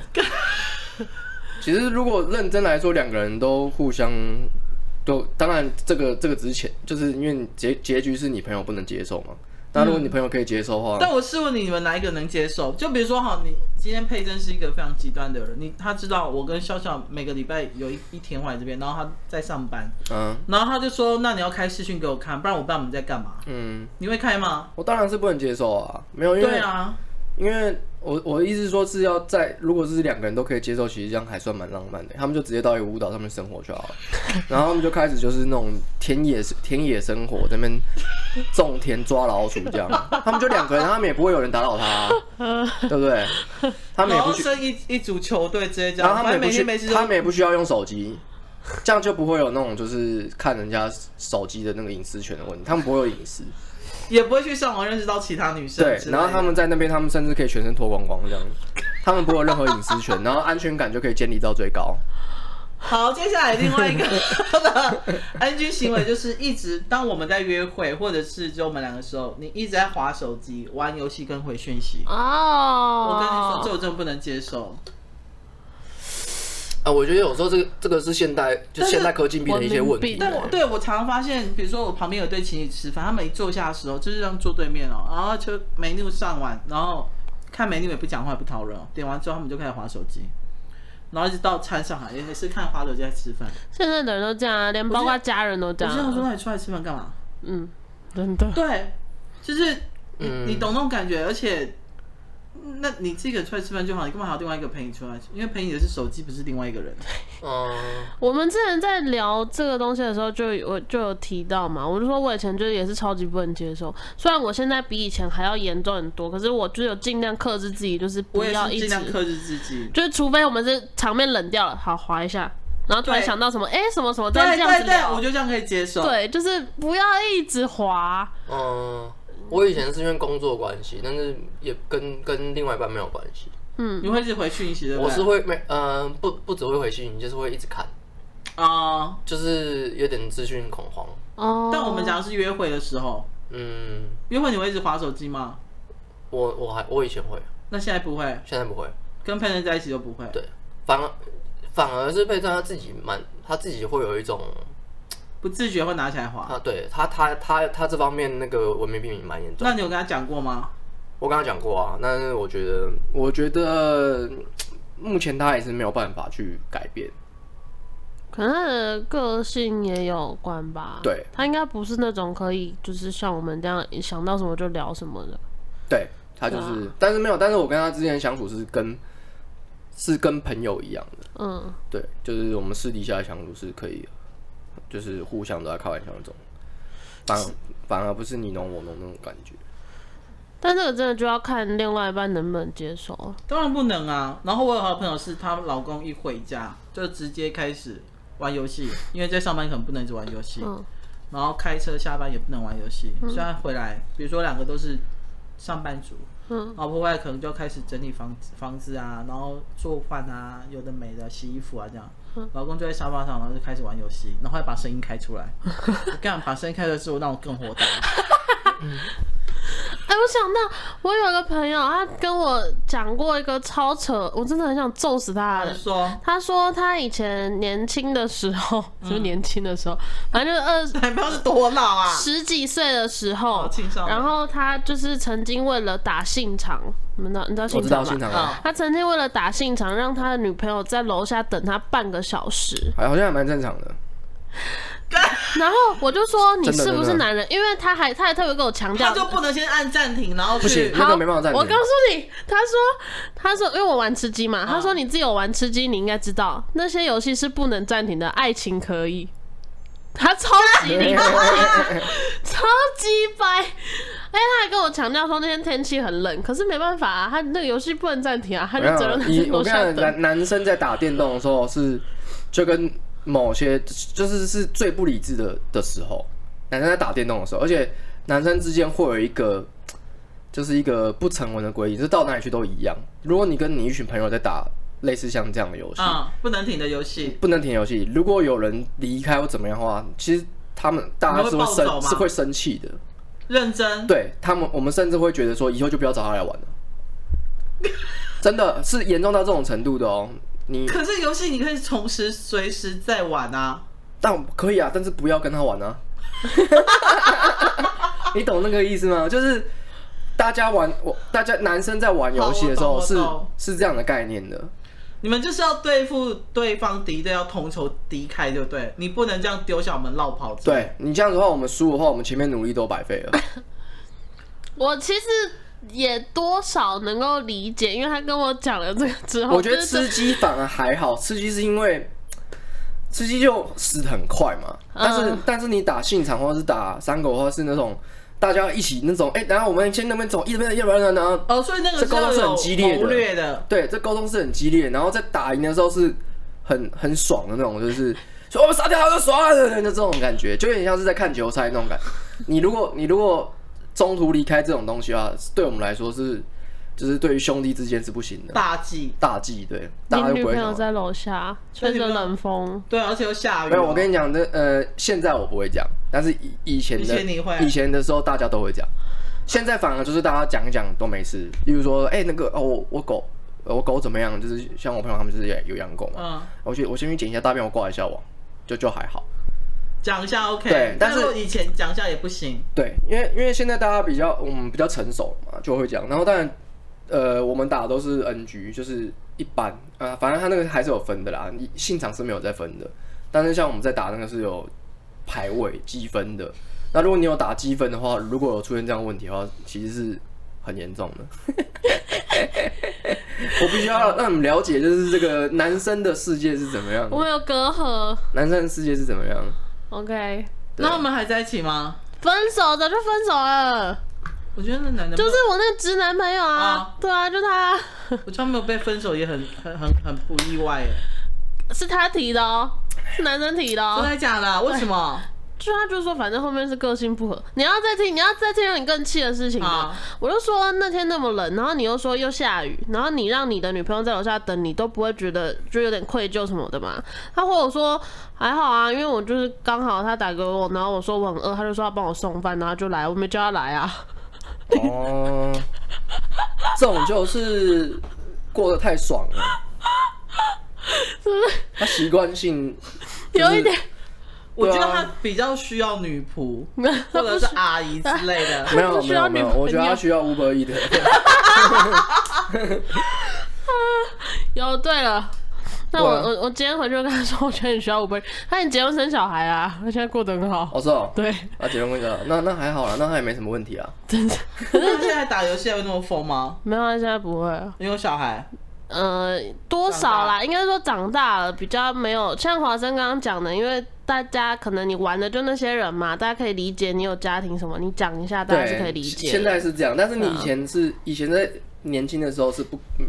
[SPEAKER 3] 其实如果认真来说，两个人都互相都，当然这个这个只是前，就是因为结结局是你朋友不能接受嘛。那如果你朋友可以接受的话，
[SPEAKER 1] 嗯但我试问你，你们哪一个能接受？就比如说，好，你今天佩珍是一个非常极端的人，你他知道我跟笑笑每个礼拜有一一天会来这边，然后他在上班，
[SPEAKER 3] 嗯
[SPEAKER 1] 然后他就说，那你要开视讯给我看，不然我不知道你们在干嘛。
[SPEAKER 3] 嗯，
[SPEAKER 1] 你会开吗？
[SPEAKER 3] 我当然是不能接受啊，没有，因
[SPEAKER 1] 对
[SPEAKER 3] 为、
[SPEAKER 1] 啊，
[SPEAKER 3] 因为我我的意思是说是要在，如果是两个人都可以接受，其实这样还算蛮浪漫的。他们就直接到一个舞蹈上面生活就好了， 然后他们就开始就是那种田野田野生活，在那边种田抓老鼠这样。他们就两个人，他们也不会有人打扰他、啊，对不对？他们
[SPEAKER 1] 然
[SPEAKER 3] 也不
[SPEAKER 1] 后
[SPEAKER 3] 去，
[SPEAKER 1] 生一一组球队直接这
[SPEAKER 3] 然
[SPEAKER 1] 样，
[SPEAKER 3] 后他
[SPEAKER 1] 反
[SPEAKER 3] 们
[SPEAKER 1] 正
[SPEAKER 3] 也不
[SPEAKER 1] 每天没事
[SPEAKER 3] 去，
[SPEAKER 1] 就
[SPEAKER 3] 他们也不需要用手机，这样就不会有那种就是看人家手机的那个隐私权的问题，他们不会有隐私。
[SPEAKER 1] 也不会去上网认识到其他女生
[SPEAKER 3] 对
[SPEAKER 1] 之，类的。
[SPEAKER 3] 然后他们在那边，他们甚至可以全身脱光光这样，他们不会有任何隐私权，然后安全感就可以建立到最高。
[SPEAKER 1] 好，接下来另外一个 的 NG 行为就是一直当我们在约会或者是就我们两个的时候，你一直在划手机、玩游戏跟回讯息。
[SPEAKER 2] 哦，
[SPEAKER 1] 我跟你说，这我真的不能接受。
[SPEAKER 3] 啊，我觉得有时候这个这个是现代，就
[SPEAKER 1] 但是
[SPEAKER 3] 现代科技病的一些问题
[SPEAKER 2] 文明病。
[SPEAKER 1] 但我对我常常发现，比如说我旁边有对情侣吃饭，他们一坐下的时候就是让坐对面哦，然后就美女上完，然后看美女也不讲话也不讨论哦，点完之后他们就开始划手机。然后一直到餐上来，也是看花柳就在吃饭。
[SPEAKER 2] 现在的人都这样啊，连包括家人都这
[SPEAKER 1] 我就想
[SPEAKER 2] 样
[SPEAKER 1] 说，
[SPEAKER 2] 啊。
[SPEAKER 1] 那你出来吃饭干嘛？
[SPEAKER 2] 嗯，真的。
[SPEAKER 1] 对，就是你、
[SPEAKER 3] 嗯
[SPEAKER 1] 你懂那种感觉，而且。那你自己一个人出来吃饭就好，你干嘛还要另外一个陪你出来？因为陪你的是手机，不是另外一个人。
[SPEAKER 4] 哦
[SPEAKER 3] 嗯，
[SPEAKER 2] 我们之前在聊这个东西的时候就，有我就有提到嘛，我就说我以前就是也是超级不能接受，虽然我现在比以前还要严重很多，可是我就有尽量克制自己，就是不
[SPEAKER 1] 我也
[SPEAKER 2] 要
[SPEAKER 1] 是
[SPEAKER 2] 一
[SPEAKER 1] 尽量
[SPEAKER 2] 直，
[SPEAKER 1] 克制自己。
[SPEAKER 2] 就是除非我们是场面冷掉了，好滑一下，然后突然
[SPEAKER 1] 对
[SPEAKER 2] 想到什么，哎、什么什么，
[SPEAKER 1] 对
[SPEAKER 2] 再这样
[SPEAKER 1] 对
[SPEAKER 2] 子
[SPEAKER 1] 对，
[SPEAKER 2] 聊，
[SPEAKER 1] 我就这样可以接受。
[SPEAKER 2] 对，就是不要一直滑，
[SPEAKER 4] 嗯，我以前是因为工作关系，但是也跟跟另外一半没有关系。
[SPEAKER 2] 嗯
[SPEAKER 1] 你会一直回讯息的。
[SPEAKER 4] 我是会没，嗯、不不只会回信，就是会一直看，
[SPEAKER 1] 啊，
[SPEAKER 4] 就是有点资讯恐慌。
[SPEAKER 2] 哦，
[SPEAKER 1] 嗯但我们讲的是约会的时候，
[SPEAKER 4] 嗯，
[SPEAKER 1] 约会你会一直划手机吗？
[SPEAKER 4] 我我还我以前会，
[SPEAKER 1] 那现在不会，
[SPEAKER 4] 现在不会，
[SPEAKER 1] 跟朋友在一起就不会。
[SPEAKER 4] 对反而反而是被这样他自己蛮他自己会有一种
[SPEAKER 1] 不自觉会拿起来划。
[SPEAKER 4] 啊，对他他他他这方面那个文明病蛮严重
[SPEAKER 1] 那。你有跟他讲过吗？
[SPEAKER 4] 我刚刚讲过啊，但是我觉得
[SPEAKER 3] 我觉得嗯目前他也是没有办法去改变。
[SPEAKER 2] 可能他的个性也有关
[SPEAKER 4] 啊
[SPEAKER 2] 吧，
[SPEAKER 3] 对
[SPEAKER 2] 他应该不是那种可以就是像我们这样想到什么就聊什么的，
[SPEAKER 3] 对他就是，
[SPEAKER 4] 啊
[SPEAKER 3] 但是没有，但是我跟他之间相处是跟是跟朋友一样的，
[SPEAKER 2] 嗯，
[SPEAKER 3] 对，就是我们私底下相处是可以，就是互相都在开玩笑那种，反反而不是你侬我侬那种感觉。
[SPEAKER 2] 但这个真的就要看另外一半能不能接受啊。
[SPEAKER 1] 当然不能啊。然后我有好朋友是她老公一回家就直接开始玩游戏，因为在上班可能不能一直玩游戏，
[SPEAKER 2] 嗯
[SPEAKER 1] 然后开车下班也不能玩游戏。虽然回来，比如说两个都是上班族，
[SPEAKER 2] 嗯，
[SPEAKER 1] 老婆回来可能就开始整理房子、房子啊，然后做饭啊，有的没的，洗衣服啊这样。老公就在沙发上，然后就开始玩游戏，然后还把声音开出来。 我干，把声音开出来之后，让我更火大。
[SPEAKER 2] 哎、我想到我有一个朋友，他跟我讲过一个超扯，我真的很想揍死他
[SPEAKER 1] 他
[SPEAKER 2] 的
[SPEAKER 1] 就。说
[SPEAKER 2] 他说他以前年轻的时候，就是
[SPEAKER 1] 嗯
[SPEAKER 2] 年轻的时候，反正就是二：“
[SPEAKER 1] 男朋友是多老啊
[SPEAKER 2] 十几岁的时候
[SPEAKER 1] 哦青少，年
[SPEAKER 2] 然后他就是曾经为了打信长，你们知道你知道
[SPEAKER 3] 我
[SPEAKER 2] 信
[SPEAKER 3] 知道
[SPEAKER 2] 长
[SPEAKER 3] 现
[SPEAKER 2] 吗？
[SPEAKER 3] 场啊，
[SPEAKER 1] 哦
[SPEAKER 2] 他曾经为了打信长，让他的女朋友在楼下等他半个小时。
[SPEAKER 3] 还好像还蛮正常的，
[SPEAKER 2] 然后我就说你
[SPEAKER 3] 真的
[SPEAKER 2] 是不
[SPEAKER 3] 真
[SPEAKER 2] 是
[SPEAKER 3] 的
[SPEAKER 2] 男人？因为他还他还特别跟我强！”调
[SPEAKER 1] 他，就不能先按暂停，然后
[SPEAKER 3] 不行
[SPEAKER 1] 去
[SPEAKER 3] 那
[SPEAKER 2] 好，
[SPEAKER 3] 个没办法暂停
[SPEAKER 2] 我告诉你，他说，他说，因为我玩吃鸡
[SPEAKER 3] 嗯
[SPEAKER 2] 嘛，他说你自己有玩吃鸡，你应该知道那些游戏是不能暂停的，爱情可以。他超级理解， 超级白。哎、他还跟我强调说那天天气很冷，可是没办法啊，他那个游戏不能暂停啊，他
[SPEAKER 3] 没
[SPEAKER 2] 就只
[SPEAKER 3] 有
[SPEAKER 2] 能在
[SPEAKER 3] 你我
[SPEAKER 2] 楼
[SPEAKER 3] 跟
[SPEAKER 2] 下
[SPEAKER 3] 你讲，
[SPEAKER 2] 等。
[SPEAKER 3] 男男生在打电动的时候是就跟某些就是是最不理智的的时候，男生在打电动的时候，而且男生之间会有一个就是一个不成文的规定，就是到哪里去都一样。如果你跟你一群朋友在打类似像这样的游戏，
[SPEAKER 2] 嗯
[SPEAKER 1] 啊、不能停的游戏。
[SPEAKER 3] 不能停游戏。如果有人离开或怎么样的话，其实他们大家是
[SPEAKER 1] 你们
[SPEAKER 3] 会
[SPEAKER 1] 会暴走
[SPEAKER 3] 生
[SPEAKER 1] 吗
[SPEAKER 3] 是会生气的。
[SPEAKER 1] 认 真，
[SPEAKER 3] 对他们，我们甚至会觉得说，以后就不要找他来玩了。 真的是严重到这种程度的哦。你
[SPEAKER 1] 可是游戏你可以同时随时在玩啊。
[SPEAKER 3] 但可以啊，但是不要跟他玩啊。 你懂那个意思吗？就是大家玩，我大家男生在玩游戏的时
[SPEAKER 1] 好
[SPEAKER 3] 候
[SPEAKER 1] 我
[SPEAKER 3] 是
[SPEAKER 1] 懂我懂
[SPEAKER 3] 是这样的概念的。
[SPEAKER 1] 你们就是要对付对方敌对，要同仇敌忾，对不对？你不能这样丢小门绕跑走。
[SPEAKER 3] 对你这样子的话，我们输的话，我们前面努力都白费了。
[SPEAKER 2] 我其实也多少能够理解，因为他跟我讲了这个之后，
[SPEAKER 3] 我觉得
[SPEAKER 2] 就是
[SPEAKER 3] 吃鸡反而还好，吃鸡是因为吃鸡就死得很快嘛，但是、
[SPEAKER 2] 嗯
[SPEAKER 3] 但是你打信长或者是打三狗的话是那种大家一起那种，哎、然后我们先那边走，一边要不然然后
[SPEAKER 1] 哦，所以那个
[SPEAKER 3] 这
[SPEAKER 1] 是
[SPEAKER 3] 沟通
[SPEAKER 1] 要
[SPEAKER 3] 是很
[SPEAKER 1] 有
[SPEAKER 3] 激烈的
[SPEAKER 1] 谋略的。
[SPEAKER 3] 对，这沟通是很激烈，然后在打赢的时候是很很爽的那种，就是说我们杀掉他就爽了的这种感觉，就有点像是在看球赛那种感觉。你如果你如果中途离开这种东西的话，对我们来说是就是对于兄弟之间是不行的。
[SPEAKER 1] 大忌。
[SPEAKER 3] 大忌对，大
[SPEAKER 2] 你
[SPEAKER 3] 家就
[SPEAKER 2] 女
[SPEAKER 3] 不
[SPEAKER 2] 朋
[SPEAKER 3] 会想
[SPEAKER 2] 友
[SPEAKER 3] 玩
[SPEAKER 2] 在楼下吹着冷风，
[SPEAKER 1] 对，而且又下雨。
[SPEAKER 3] 没有，我跟
[SPEAKER 1] 你
[SPEAKER 3] 你讲，那呃，现在我不会讲，但是以以前的
[SPEAKER 1] 以前你会啊
[SPEAKER 3] 以前的时候大家都会讲，现在反而就是大家讲一讲都没事。例如说，哎、那个哦，我我狗，呃我狗怎么样？就是像我朋友他们就是也有养狗嘛，
[SPEAKER 1] 嗯，
[SPEAKER 3] 我去我先去捡一下大便，我挂一下网，就就还好。
[SPEAKER 1] 讲一下 OK。
[SPEAKER 3] 对但是
[SPEAKER 1] 如果以前讲一下也不行。
[SPEAKER 3] 对，因为因为现在大家比较我们比较成熟嘛，就会讲。然后当然，呃，我们打的都是 NG，就是一般，呃，反正他那个还是有分的啦，你现场是没有在分的。但是像我们在打那个是有排位积分的，那如果你有打积分的话，如果有出现这样的问题的话，其实是很严重的。 我必须要让你们了解，就是这个男生的世界是怎么样
[SPEAKER 2] 我，们有隔阂
[SPEAKER 3] 男生的世界是怎么样。
[SPEAKER 2] ，OK，
[SPEAKER 3] 对
[SPEAKER 1] 那我们还在一起吗？
[SPEAKER 2] 分手的就分手了，
[SPEAKER 1] 我觉得那男的
[SPEAKER 2] 就是我那个直男朋友啊
[SPEAKER 1] 啊，
[SPEAKER 2] 对啊，就他，
[SPEAKER 1] 我觉得他没有被分手也很很很很不意外耶，
[SPEAKER 2] 是他提的哦，是男生提的
[SPEAKER 1] 真
[SPEAKER 2] 哦，
[SPEAKER 1] 的假的啊？为什么？
[SPEAKER 2] 就他就说反正后面是个性不合，你要再听，你要再听让你更气的事情吗
[SPEAKER 1] 好？
[SPEAKER 2] 我就说那天那么冷，然后你又说又下雨，然后你让你的女朋友在楼下等你，都不会觉得就有点愧疚什么的嘛？他回我说还好啊，因为我就是刚好他打给我，然后我说我很饿，他就说要帮我送饭，然后就来，我没叫他来啊。
[SPEAKER 3] 哦，这种就是过得太爽了，他习惯性就是
[SPEAKER 2] 有一点，
[SPEAKER 1] 我觉得
[SPEAKER 3] 对啊
[SPEAKER 1] 他比较需要女仆
[SPEAKER 2] 他
[SPEAKER 1] 或
[SPEAKER 2] 不
[SPEAKER 1] 者
[SPEAKER 2] 是
[SPEAKER 1] 是阿姨之类的。
[SPEAKER 3] 没有
[SPEAKER 2] 不需
[SPEAKER 3] 没
[SPEAKER 2] 要
[SPEAKER 3] 有没有，
[SPEAKER 2] 女朋友
[SPEAKER 3] 我觉得他需要 Uber E 的。
[SPEAKER 2] 有对了。那我、
[SPEAKER 3] 对啊
[SPEAKER 2] 我我今天回去就跟他说，我觉得你需要五倍。他已经结婚生小孩啦，他现在过得很好。
[SPEAKER 3] 哦，是哦，
[SPEAKER 2] 对，
[SPEAKER 3] 啊，结婚那个，那那还好啦，那他也没什么问题啊。
[SPEAKER 2] 真的
[SPEAKER 1] 那他现在打游戏还会那么疯吗？
[SPEAKER 2] 没有，他现在不会了。
[SPEAKER 1] 因为有小孩，
[SPEAKER 2] 呃，多少
[SPEAKER 1] 长大
[SPEAKER 2] 啦？应该说长大了，比较没有像华生刚刚讲的，因为大家可能你玩的就那些人嘛，大家可以理解你有家庭什么，你讲一下大家是可以理解的。
[SPEAKER 3] 现在是这样，但是你
[SPEAKER 2] 对啊
[SPEAKER 3] 以前是以前在年轻的时候是不，嗯，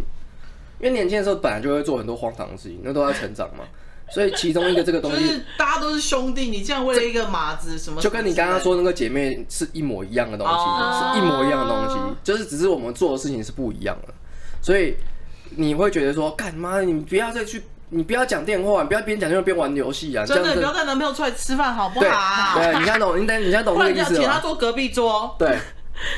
[SPEAKER 3] 因为年轻的时候本来就会做很多荒唐的事情，那都在成长嘛。所以其中一个这个东
[SPEAKER 1] 就
[SPEAKER 3] 西，
[SPEAKER 1] 是大家都是兄弟，你竟然为了一个麻子什么？
[SPEAKER 3] 就跟你刚刚，说那个姐妹是一模一样的东西，
[SPEAKER 1] 哦
[SPEAKER 3] 是一模一样的东西，就是只是我们做的事情是不一样的，所以你会觉得说，干妈的，你不要再去，你不要讲电话，你不要边讲电话边玩游戏啊，这
[SPEAKER 1] 真
[SPEAKER 3] 样
[SPEAKER 1] 的
[SPEAKER 3] 子
[SPEAKER 1] 不要带男朋友出来吃饭好不
[SPEAKER 3] 对
[SPEAKER 1] 好？
[SPEAKER 3] 对，你看懂，你等你看懂
[SPEAKER 1] 不
[SPEAKER 3] 这个意
[SPEAKER 1] 然你要
[SPEAKER 3] 思
[SPEAKER 1] 请他
[SPEAKER 3] 吗？
[SPEAKER 1] 坐隔壁桌。
[SPEAKER 3] 对，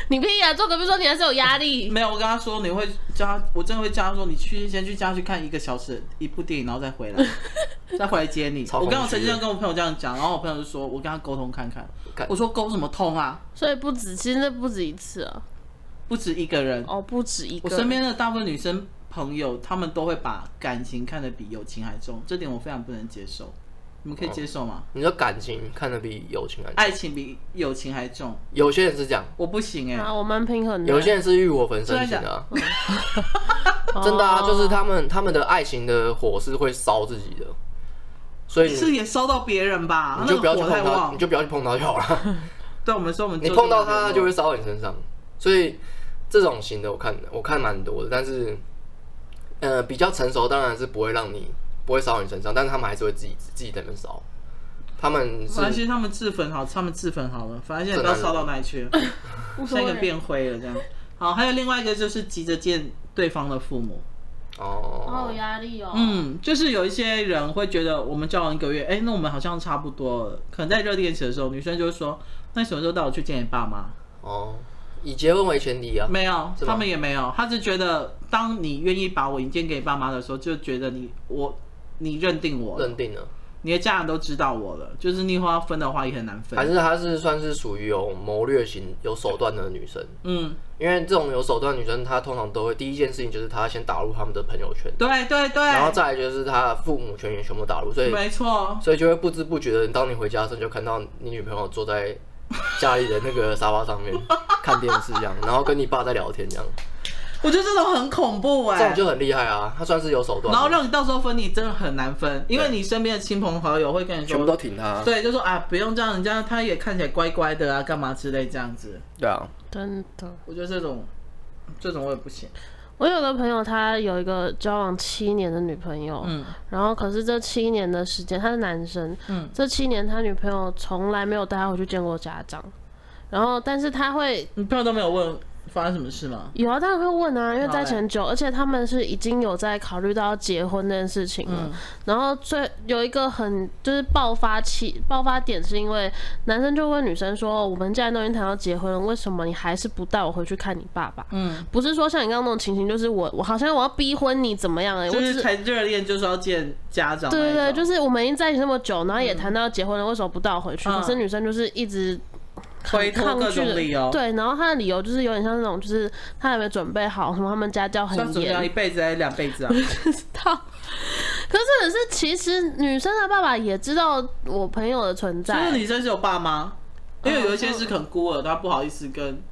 [SPEAKER 2] 你可以啊，做隔壁说你还是有压力。
[SPEAKER 1] 没有，我跟他说你会叫他，我真的会叫他说你去先去家去看一个小时一部电影，然后再回 来，再回来接你。
[SPEAKER 4] 超
[SPEAKER 1] 我
[SPEAKER 4] 空虚
[SPEAKER 1] 刚我曾经这样跟我朋友这样讲，然后我朋友就说我跟他沟通看看
[SPEAKER 4] 干，
[SPEAKER 1] 我说沟什么通啊？
[SPEAKER 2] 所以不止，其实那不止一次啊，
[SPEAKER 1] 不止一个人，
[SPEAKER 2] 哦，不止一个。
[SPEAKER 1] 我身边的大部分女生朋友，她们都会把感情看得比友情还重，这点我非常不能接受。你们可以接受吗？
[SPEAKER 4] 你说感情看得比友情还重，
[SPEAKER 1] 爱情比友情还重，
[SPEAKER 4] 有些人是这样，
[SPEAKER 1] 我不行哎、
[SPEAKER 2] 啊，我蛮平衡的。
[SPEAKER 4] 有些人是欲火焚身型的啊、真的啊，
[SPEAKER 2] 哦
[SPEAKER 4] 就是他们他们的爱情的火是会烧自己的，所以
[SPEAKER 1] 是
[SPEAKER 4] 你
[SPEAKER 1] 也烧到别人吧？
[SPEAKER 4] 你就不要去
[SPEAKER 1] 那个火
[SPEAKER 4] 碰
[SPEAKER 1] 太
[SPEAKER 4] 它，
[SPEAKER 1] 旺
[SPEAKER 4] 你。就不要去碰它就好了。
[SPEAKER 1] 对，我们说我们
[SPEAKER 4] 你
[SPEAKER 1] 就
[SPEAKER 4] 碰到
[SPEAKER 1] 是那个
[SPEAKER 4] 它就会烧到你身上，所以这种型的我看我看蛮多的，但是呃比较成熟当然是不会让你不会烧到你身上，但是他们还是会自己自己在那边烧，他们
[SPEAKER 1] 反正其
[SPEAKER 4] 是
[SPEAKER 1] 实他们自焚好，他们自焚好了，反正现在不要烧到那 里去了，下一个变灰了这样。好，还有另外一个就是急着见对方的父母，
[SPEAKER 2] 好
[SPEAKER 4] 哦
[SPEAKER 2] 有，压力哦。
[SPEAKER 1] 嗯，就是有一些人会觉得我们交往一个月，哎、那我们好像差不多了。可能在热恋期的时候，女生就会说，那你什么时候带我去见你爸妈？
[SPEAKER 4] 哦，以结婚为前提啊，
[SPEAKER 1] 没有，
[SPEAKER 4] 是吗
[SPEAKER 1] 他们也没有，他只觉得当你愿意把我引荐给你爸妈的时候，就觉得你我你认定我了，
[SPEAKER 4] 认定了，
[SPEAKER 1] 你的家人都知道我了，就是你以后要分的话也很难
[SPEAKER 4] 还
[SPEAKER 1] 分。
[SPEAKER 4] 是她是算是属于有谋略型、有手段的女生。
[SPEAKER 1] 嗯，
[SPEAKER 4] 因为这种有手段的女生，她通常都会第一件事情就是她先打入他们的朋友圈，
[SPEAKER 1] 对对对，
[SPEAKER 4] 然后再来就是她的父母圈也全部打入，所以
[SPEAKER 1] 没错，
[SPEAKER 4] 所以就会不知不觉的，当你回家的时候，就看到你女朋友坐在家里的那个沙发上 面看电视这样，然后跟你爸在聊天这样，
[SPEAKER 1] 我觉得这种很恐怖哎、
[SPEAKER 4] 这种就很厉害啊，她算是有手段
[SPEAKER 1] 然后
[SPEAKER 4] 啊。
[SPEAKER 1] 让你到时候分，你真的很难分，因为你身边的亲朋好友会跟你
[SPEAKER 3] 全部
[SPEAKER 1] 说，
[SPEAKER 3] 都挺他。
[SPEAKER 1] 对，就说啊，不用这样，人家他也看起来乖乖的啊，干嘛之类这样子。
[SPEAKER 3] 对啊，
[SPEAKER 2] 真的。
[SPEAKER 1] 我觉得这种，这种我也不行。
[SPEAKER 2] 我有个朋友，他有一个交往七年的女朋友，
[SPEAKER 1] 嗯，
[SPEAKER 2] 然后可是这七年的时间，他是男生，
[SPEAKER 1] 嗯
[SPEAKER 2] 这七年他女朋友从来没有带他回去见过家长，然后但是他会
[SPEAKER 1] 你朋友都没有问发生什么事吗？
[SPEAKER 2] 有啊，当然会问啊，因为
[SPEAKER 1] 好
[SPEAKER 2] 在一起
[SPEAKER 1] 嘞
[SPEAKER 2] 很久，而且他们是已经有在考虑到要结婚这件事情
[SPEAKER 1] 嗯
[SPEAKER 2] 了。然后最有一个很就是爆发期爆发点，是因为男生就问女生说：“我们既然都已经谈到结婚了，为什么你还是不带我回去看你爸爸？”
[SPEAKER 1] 嗯，
[SPEAKER 2] 不是说像你刚刚那种情形，就是我我好像我要逼婚你怎么样哎、欸，我
[SPEAKER 1] 就
[SPEAKER 2] 只
[SPEAKER 1] 是
[SPEAKER 2] 是。
[SPEAKER 1] 才热恋就是要见家长那一
[SPEAKER 2] 对
[SPEAKER 1] 种，
[SPEAKER 2] 对对，就是我们已经在一起那么久，然后也谈到要结婚了，为什么不带我回去？
[SPEAKER 1] 嗯
[SPEAKER 2] 可是女生就是一直很
[SPEAKER 1] 推脱
[SPEAKER 2] 抗
[SPEAKER 1] 各
[SPEAKER 2] 拒
[SPEAKER 1] 种
[SPEAKER 2] 的
[SPEAKER 1] 理由
[SPEAKER 2] 对，然后他的理由就是有点像那种，就是他还没准备好，什么他们家教很
[SPEAKER 1] 算准备
[SPEAKER 2] 严
[SPEAKER 1] 要，一辈子还是两辈子啊？
[SPEAKER 2] 到。可是这也是，其实女生的爸爸也知道我朋友的存
[SPEAKER 1] 就是
[SPEAKER 2] 在。啊哦
[SPEAKER 1] 女生是有爸妈，因为有一些是可能孤儿，他不好意思跟，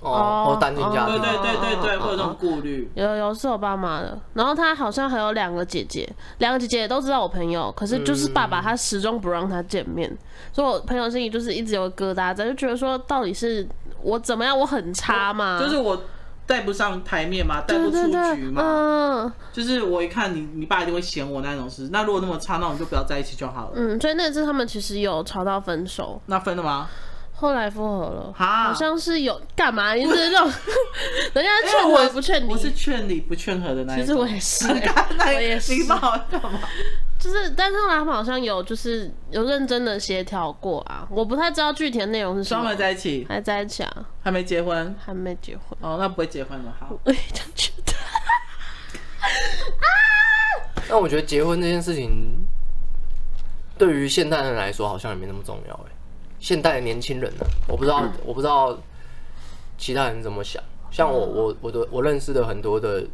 [SPEAKER 3] 哦，哦单亲家
[SPEAKER 4] 啊
[SPEAKER 2] 哦
[SPEAKER 1] 对
[SPEAKER 3] 庭，
[SPEAKER 1] 对对对对，
[SPEAKER 2] 哦
[SPEAKER 1] 会有这种顾虑。
[SPEAKER 2] 有有是我爸妈的，然后他好像还有两个姐姐，两个姐姐也都知道我朋友，可是就是爸
[SPEAKER 1] 嗯
[SPEAKER 2] 爸他始终不让他见面，所以我朋友心里就是一直有个疙瘩在，就觉得说到底是我怎么样，我很差嘛，
[SPEAKER 1] 哦就是我带不上台面嘛，
[SPEAKER 2] 嗯
[SPEAKER 1] 带
[SPEAKER 2] 对
[SPEAKER 1] 不出
[SPEAKER 2] 对对
[SPEAKER 1] 局，嘛，
[SPEAKER 2] 嗯
[SPEAKER 1] 就是我一看你，你爸一定会嫌我那种事。那如果那么差，那我们就不要在一起就好了。
[SPEAKER 2] 嗯，所以那次他们其实有吵到分手，
[SPEAKER 1] 那分了吗？
[SPEAKER 2] 后来复合了，
[SPEAKER 1] 哈
[SPEAKER 2] 好像是有干嘛，就是那种 人家
[SPEAKER 1] 因为
[SPEAKER 2] 劝我也不劝你，
[SPEAKER 1] 我是劝你不劝和的那一
[SPEAKER 2] 其
[SPEAKER 1] 种。
[SPEAKER 2] 实我也是、 欸
[SPEAKER 1] 那
[SPEAKER 2] 我也是
[SPEAKER 1] 你，爸干嘛？
[SPEAKER 2] 就是，但是后来他们好像有就是有认真的协调过啊，我不太知道具体的内容是什
[SPEAKER 1] 双
[SPEAKER 2] 么
[SPEAKER 1] 人。在一起，
[SPEAKER 2] 还在一起啊，
[SPEAKER 1] 还没结婚
[SPEAKER 2] 还没结婚。
[SPEAKER 1] 哦，那不会结婚了。好，
[SPEAKER 2] 我也这样觉得，
[SPEAKER 3] 那我觉得结婚这件事情，对于现代人来说好像也没那么重要哎、现代的年轻人呢、啊我不知道，我不知道其他人怎么想。像我，我我的我认识的很多的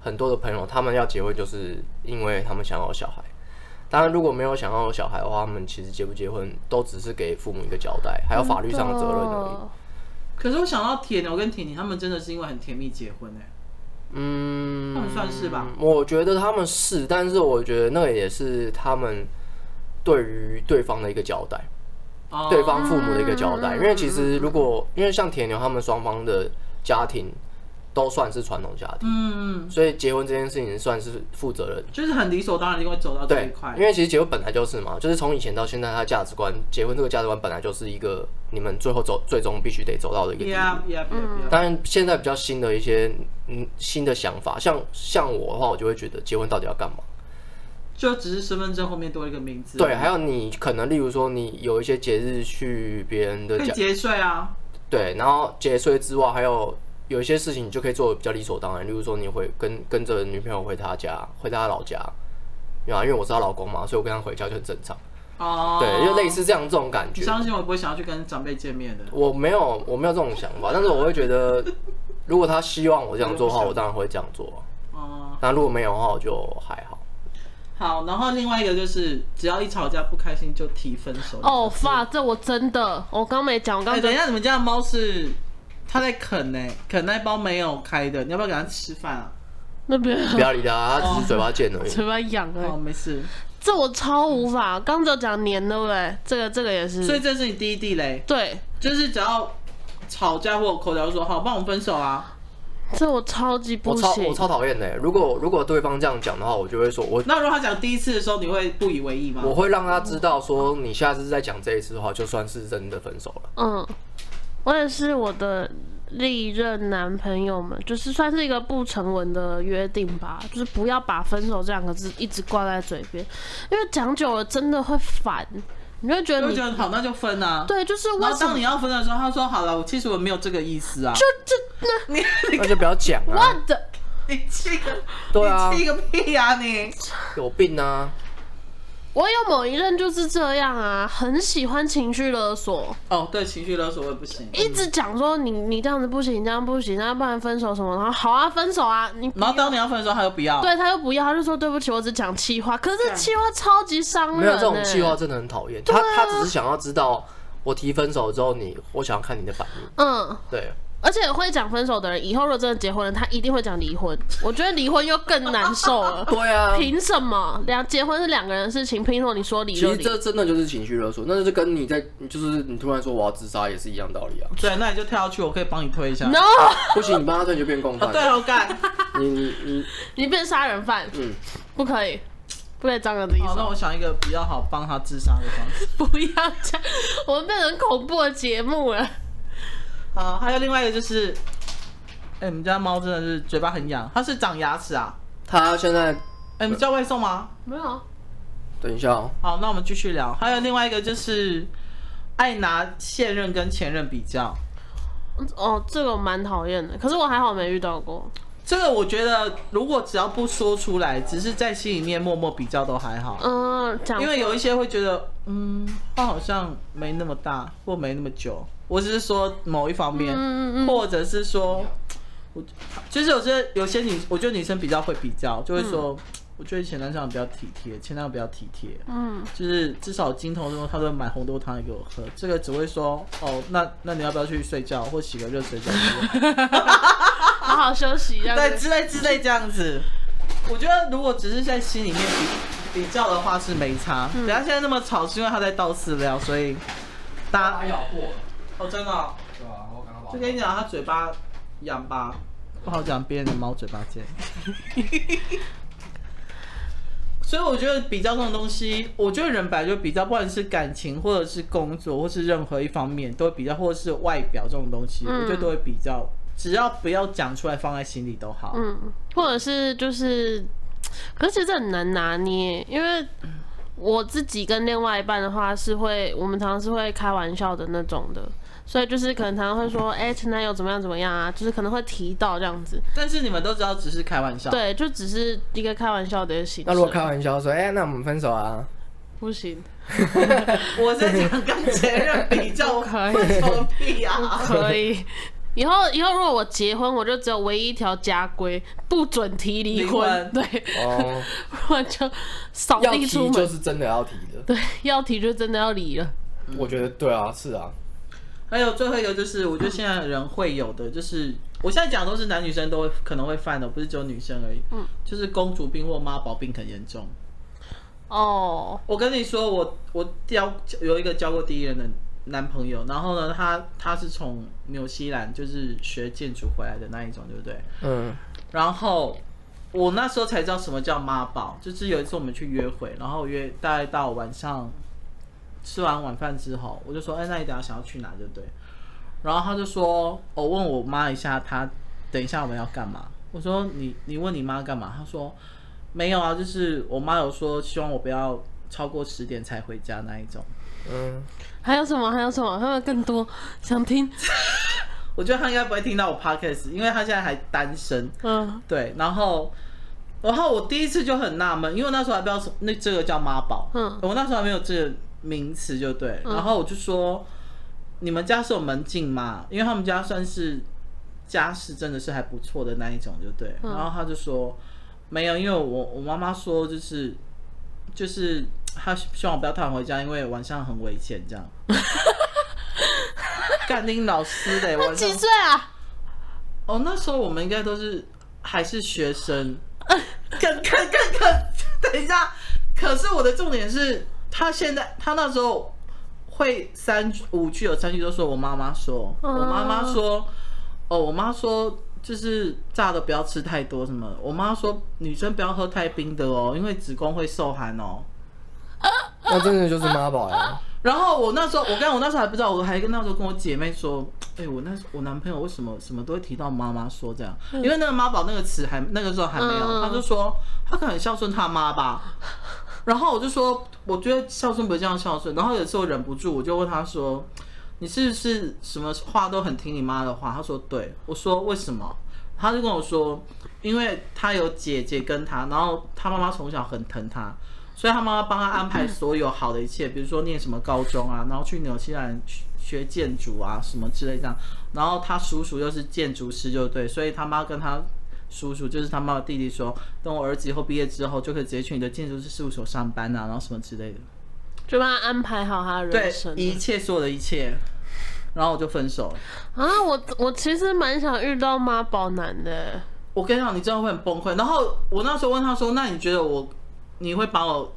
[SPEAKER 3] 很多的朋友，他们要结婚就是因为他们想要有小孩。当然，如果没有想要有小孩的话，他们其实结不结婚都只是给父母一个交代， 还有法律上的责任而已。
[SPEAKER 1] 可是我想到铁牛跟铁牛，他们真的是因为很甜蜜结婚哎、
[SPEAKER 3] 嗯，
[SPEAKER 1] 他们算是吧？
[SPEAKER 3] 我觉得他们是，但是我觉得那个也是他们对于对方的一个交代，
[SPEAKER 1] 哦
[SPEAKER 3] 对方父母的一个交代。因为其实如果因为像铁牛他们双方的家庭都算是传统家庭，
[SPEAKER 1] 嗯，
[SPEAKER 3] 所以结婚这件事情算是负责任。
[SPEAKER 1] 就是很理所当然就会走到哦这一
[SPEAKER 3] 对
[SPEAKER 1] 块，
[SPEAKER 3] 因。为其实结婚本来就是嘛，就是从以前到现在，他的价值观，结婚这个价值观本来就是一个你们最后走最终必须得走到的一个地步。
[SPEAKER 1] 呀呀
[SPEAKER 2] 嗯
[SPEAKER 1] 呀！
[SPEAKER 3] 当然，现在比较新的一些嗯新的想法，像像我的话，我就会觉得结婚到底要干嘛？
[SPEAKER 1] 就只是身份证后面多一个名字，
[SPEAKER 3] 对，，还有你可能例如说你有一些节日去别人的
[SPEAKER 1] 可以
[SPEAKER 3] 家，
[SPEAKER 1] 节税啊，
[SPEAKER 3] 对，然后节税之外，还有有一些事情你就可以做的比较理所当然，例如说你回跟跟着女朋友回她家，回她老家，对啊，因为我是她老公嘛，所以我跟她回家就很正常，
[SPEAKER 1] 哦，
[SPEAKER 3] 对，就类。似这样这种感
[SPEAKER 1] 你
[SPEAKER 3] 觉。
[SPEAKER 1] 相信我不会想要去跟长辈见面的，
[SPEAKER 3] 我没有我没有这种想法，但是我会觉得，如果她希望我这样做的话，我当然会这样做啊。
[SPEAKER 1] 哦，
[SPEAKER 3] 那如果没有的话，我就还好。
[SPEAKER 1] 好，然后另外一个就是，只要一吵架不开心就提分手。
[SPEAKER 2] 哦，发，这我真的，我刚没讲，我刚
[SPEAKER 1] 哎，
[SPEAKER 2] 刚
[SPEAKER 1] 等一下，你们家的猫是它在啃呢、欸啃那包没有开的，你要不要给它吃饭啊？
[SPEAKER 2] 那边
[SPEAKER 3] 不要理他，他只是嘴巴贱而已。
[SPEAKER 2] 嘴巴痒哎、
[SPEAKER 1] 哦，没事。
[SPEAKER 2] 这我超无法。刚就讲年对不对？这个这个也
[SPEAKER 1] 所以
[SPEAKER 2] 是，
[SPEAKER 1] 这是你第一地雷，
[SPEAKER 2] 对，
[SPEAKER 1] 就是只要吵架或口头说好，帮我们分手啊，
[SPEAKER 2] 这我超级不
[SPEAKER 3] 我超
[SPEAKER 2] 行
[SPEAKER 3] 我。超讨厌的欸。如果如果对方这样讲的话，我就会说，我
[SPEAKER 1] 那如果他讲第一次的时候，你会不以为意吗？
[SPEAKER 3] 我会让他知道说，你下次再讲这一次的话，就算是真的分手了。
[SPEAKER 2] 嗯，我也是我的历任男朋友们，就是算是一个不成文的约定吧，就是不要把分手这两个字一直挂在嘴边，因为讲久了真的会烦，你就会觉
[SPEAKER 1] 就
[SPEAKER 2] 得
[SPEAKER 1] 会
[SPEAKER 2] 你
[SPEAKER 1] 觉得好，那就分啊。
[SPEAKER 2] 对，就是
[SPEAKER 1] 然
[SPEAKER 2] 为
[SPEAKER 1] 后
[SPEAKER 2] 什
[SPEAKER 1] 当
[SPEAKER 2] 么
[SPEAKER 1] 你要分的时候，他说好了，我其实我没有这个意思啊。
[SPEAKER 2] 就这那你
[SPEAKER 3] 那就不要讲啊，
[SPEAKER 2] what？the-
[SPEAKER 1] 你气个，
[SPEAKER 3] 对啊
[SPEAKER 1] 你气个屁呀、啊、你！
[SPEAKER 3] 有病啊！
[SPEAKER 2] 我有某一任就是这样啊，很喜欢情绪勒索，
[SPEAKER 1] 哦，对，情绪勒索我也不行。
[SPEAKER 2] 一直讲说你你这样子不行，你这样不行，那不然分手什么？然后好啊，分手啊，你
[SPEAKER 1] 然后当你要分的时候，他又不要。，
[SPEAKER 2] 对他又不要，他就说对不起，我只讲气话。可是这气话超级伤人、欸，
[SPEAKER 3] 没有这种气话真的很讨厌。他他只是想要知道，我提分手之后你，我想要看你的反应。
[SPEAKER 2] 嗯，
[SPEAKER 3] 对，
[SPEAKER 2] 而且会讲分手的人，以后如果真的结婚了，他一定会讲离婚。我觉得离婚又更难受了。
[SPEAKER 3] 对啊。
[SPEAKER 2] 凭什么？两结婚是两个人的事情，凭什么你说离
[SPEAKER 3] 其
[SPEAKER 2] 就
[SPEAKER 3] 实
[SPEAKER 2] 离？
[SPEAKER 3] 这真的就是情绪勒索，那就是跟你在，就是你突然说我要自杀也是一样道理啊。
[SPEAKER 1] 对，那你就跳下去，我可以帮你推一下。
[SPEAKER 2] No，
[SPEAKER 3] 不行，你帮他推你就变共
[SPEAKER 1] 哦，对
[SPEAKER 3] 犯。
[SPEAKER 1] 哦，干。
[SPEAKER 3] 你你你，
[SPEAKER 2] 你变杀人犯，
[SPEAKER 3] 嗯，
[SPEAKER 2] 不可以，不可以张扬的意
[SPEAKER 1] 好，那
[SPEAKER 2] 思。
[SPEAKER 1] 我想一个比较好帮他自杀的方式。
[SPEAKER 2] 不要这样，我们变成恐怖的节目了。
[SPEAKER 1] 好，还有另外一个就是，哎、你们家猫真的是嘴巴很痒，它是长牙齿啊。
[SPEAKER 3] 他现在
[SPEAKER 1] 哎、你叫外送吗？
[SPEAKER 2] 没有啊，
[SPEAKER 3] 等一下哦，
[SPEAKER 1] 好，那我们继续聊。还有另外一个就是，爱拿现任跟前任比较。
[SPEAKER 2] 哦，这个我蛮讨厌的，可是我还好没遇到过。
[SPEAKER 1] 这个我觉得，如果只要不说出来，只是在心里面默默比较都还好，
[SPEAKER 2] 嗯，讲
[SPEAKER 1] 因为有一些会觉得嗯，话好像没那么大，或没那么久。我只是说某一方面，
[SPEAKER 2] 嗯嗯嗯
[SPEAKER 1] 或者是说，我就是我觉得有些女，我觉得女生比较会比较，就会说，我觉得前男友比较体贴，前男友比较体贴，
[SPEAKER 2] 嗯，
[SPEAKER 1] 就是至少金童之后他都会买红豆汤来给我喝。这个只会说，哦，那那你要不要去睡觉或洗个热水澡之类的？
[SPEAKER 2] 好好休息，这样
[SPEAKER 1] 对，
[SPEAKER 2] 子。
[SPEAKER 1] 之类之类这样子。我觉得如果只是在心里面比比较的话是没差。等下现在那么吵是因为他在倒饲料，所以大
[SPEAKER 5] 它
[SPEAKER 1] 家
[SPEAKER 5] 咬过了，
[SPEAKER 1] 哎哦真的哦、
[SPEAKER 5] 对吧、我刚刚把
[SPEAKER 1] 就跟你讲他嘴巴痒吧，不好讲别人的猫嘴巴尖。所以我觉得比较这种东西，我觉得人本来就比较，不管是感情或者是工作，或是任何一方面都会比较，或者是外表这种东西，
[SPEAKER 2] 嗯
[SPEAKER 1] 我觉得都会比较，只要不要讲出来，放在心里都好。
[SPEAKER 2] 嗯，或者是就是，可是其实这很难拿捏，因为我自己跟另外一半的话是会，我们常常是会开玩笑的那种的，所以就是可能常常会说，哎、前男友怎么样怎么样啊，就是可能会提到这样子，
[SPEAKER 1] 但是你们都知道只是开玩笑，，
[SPEAKER 2] 对，就只是一个开玩笑的形式。
[SPEAKER 3] 那如果开玩笑说，哎、那我们分手啊？
[SPEAKER 2] 不行，
[SPEAKER 1] 我在讲跟前任比 较，
[SPEAKER 2] 不可以
[SPEAKER 1] 分手屁
[SPEAKER 2] 不
[SPEAKER 1] 啊！
[SPEAKER 2] 可以。 以后以后如果我结婚，我就只有唯一一条家规，不准提离
[SPEAKER 1] 离
[SPEAKER 2] 婚，
[SPEAKER 1] 婚
[SPEAKER 2] 对，
[SPEAKER 3] 哦，
[SPEAKER 2] 不然就扫
[SPEAKER 3] 要
[SPEAKER 2] 地
[SPEAKER 3] 提
[SPEAKER 2] 出门。
[SPEAKER 3] 就是真的要提的。
[SPEAKER 2] 对， 要提就真的要离了。
[SPEAKER 3] 我觉得对啊，是啊，
[SPEAKER 1] 还有最后一个就是，我觉得现在人会有的，就是 我现在讲的都是男女生都会可能会犯的，不是只有女生而已。嗯，就是公主病或妈宝病很严重。
[SPEAKER 2] 哦、
[SPEAKER 1] 我跟你说，我我交有一个交过第一任的男朋友，然后呢，他他是从纽西兰就是学建筑回来的那一种，对不对？
[SPEAKER 3] 嗯，
[SPEAKER 1] 然后我那时候才知道什么叫妈宝，就是有一次我们去约会，然后约大概到晚上吃完晚饭之后，我就说，哎，那你等一下想要去哪，对不对？然后他就说，我、问我妈一下，他等一下我们要干嘛？我说你你问你妈干嘛？他说没有啊，就是我妈有说希望我不要超过十点才回家那一种。
[SPEAKER 3] 嗯
[SPEAKER 2] 还有什么？还有什么？还有更多想听？
[SPEAKER 1] 我觉得他应该不会听到我 podcast，因为他现在还单身。
[SPEAKER 2] 嗯
[SPEAKER 1] 对，然后，然后我第一次就很纳闷，因为我那时候还不知道什那这个叫妈宝，
[SPEAKER 2] 嗯
[SPEAKER 1] 我那时候还没有这个名词，就对。然后我就说，你们家是有门禁吗？因为他们家算是家世真的是还不错的那一种，就对。然后他就说没有，因为我我妈妈说就是就是她希望我不要太晚回家，因为晚上很危险这样。干丁老师嘞，晚上
[SPEAKER 2] 几岁啊？
[SPEAKER 1] 哦，那时候我们应该都是还是学生。可可可可，等一下，可是我的重点是，他现在他那时候会三句五句有三句都说我妈妈说，我妈妈说，哦，我妈说。就是炸的不要吃太多，什么？我妈说女生不要喝太冰的哦，因为子宫会受寒哦。
[SPEAKER 3] 那真的就是妈宝呀。
[SPEAKER 1] 然后我那时候，我跟我那时候还不知道，我还跟那时候跟我姐妹说，哎、我那时我男朋友为什么什么都会提到妈妈说这样？因为那个妈宝那个词还那个时候还没有，
[SPEAKER 2] 嗯
[SPEAKER 1] 他就说他可能很孝顺他妈吧。然后我就说，我觉得孝顺不是这样孝顺。然后有一次我忍不住，我就问他说，你是不是什么话都很听你妈的话？他说对。我说为什么？他就跟我说，因为他有姐姐跟他，然后他妈妈从小很疼他，所以他妈妈帮他安排所有好的一切，比如说念什么高中啊，然后去纽西兰学学建筑啊什么之类这样。然后他叔叔又是建筑师，就对，所以他妈跟他叔叔就是他妈的弟弟说，等我儿子以后毕业之后，就可以直接去你的建筑师事务所上班啊，然后什么之类的。
[SPEAKER 2] 就帮他安排好他的
[SPEAKER 1] 对
[SPEAKER 2] 人生，
[SPEAKER 1] 一切所有的一切，然后我就分手了。
[SPEAKER 2] 啊！我我其实蛮想遇到妈宝男的，
[SPEAKER 1] 我跟你讲，你真的会很崩溃。然后我那时候问他说：“那你觉得我，你会把我，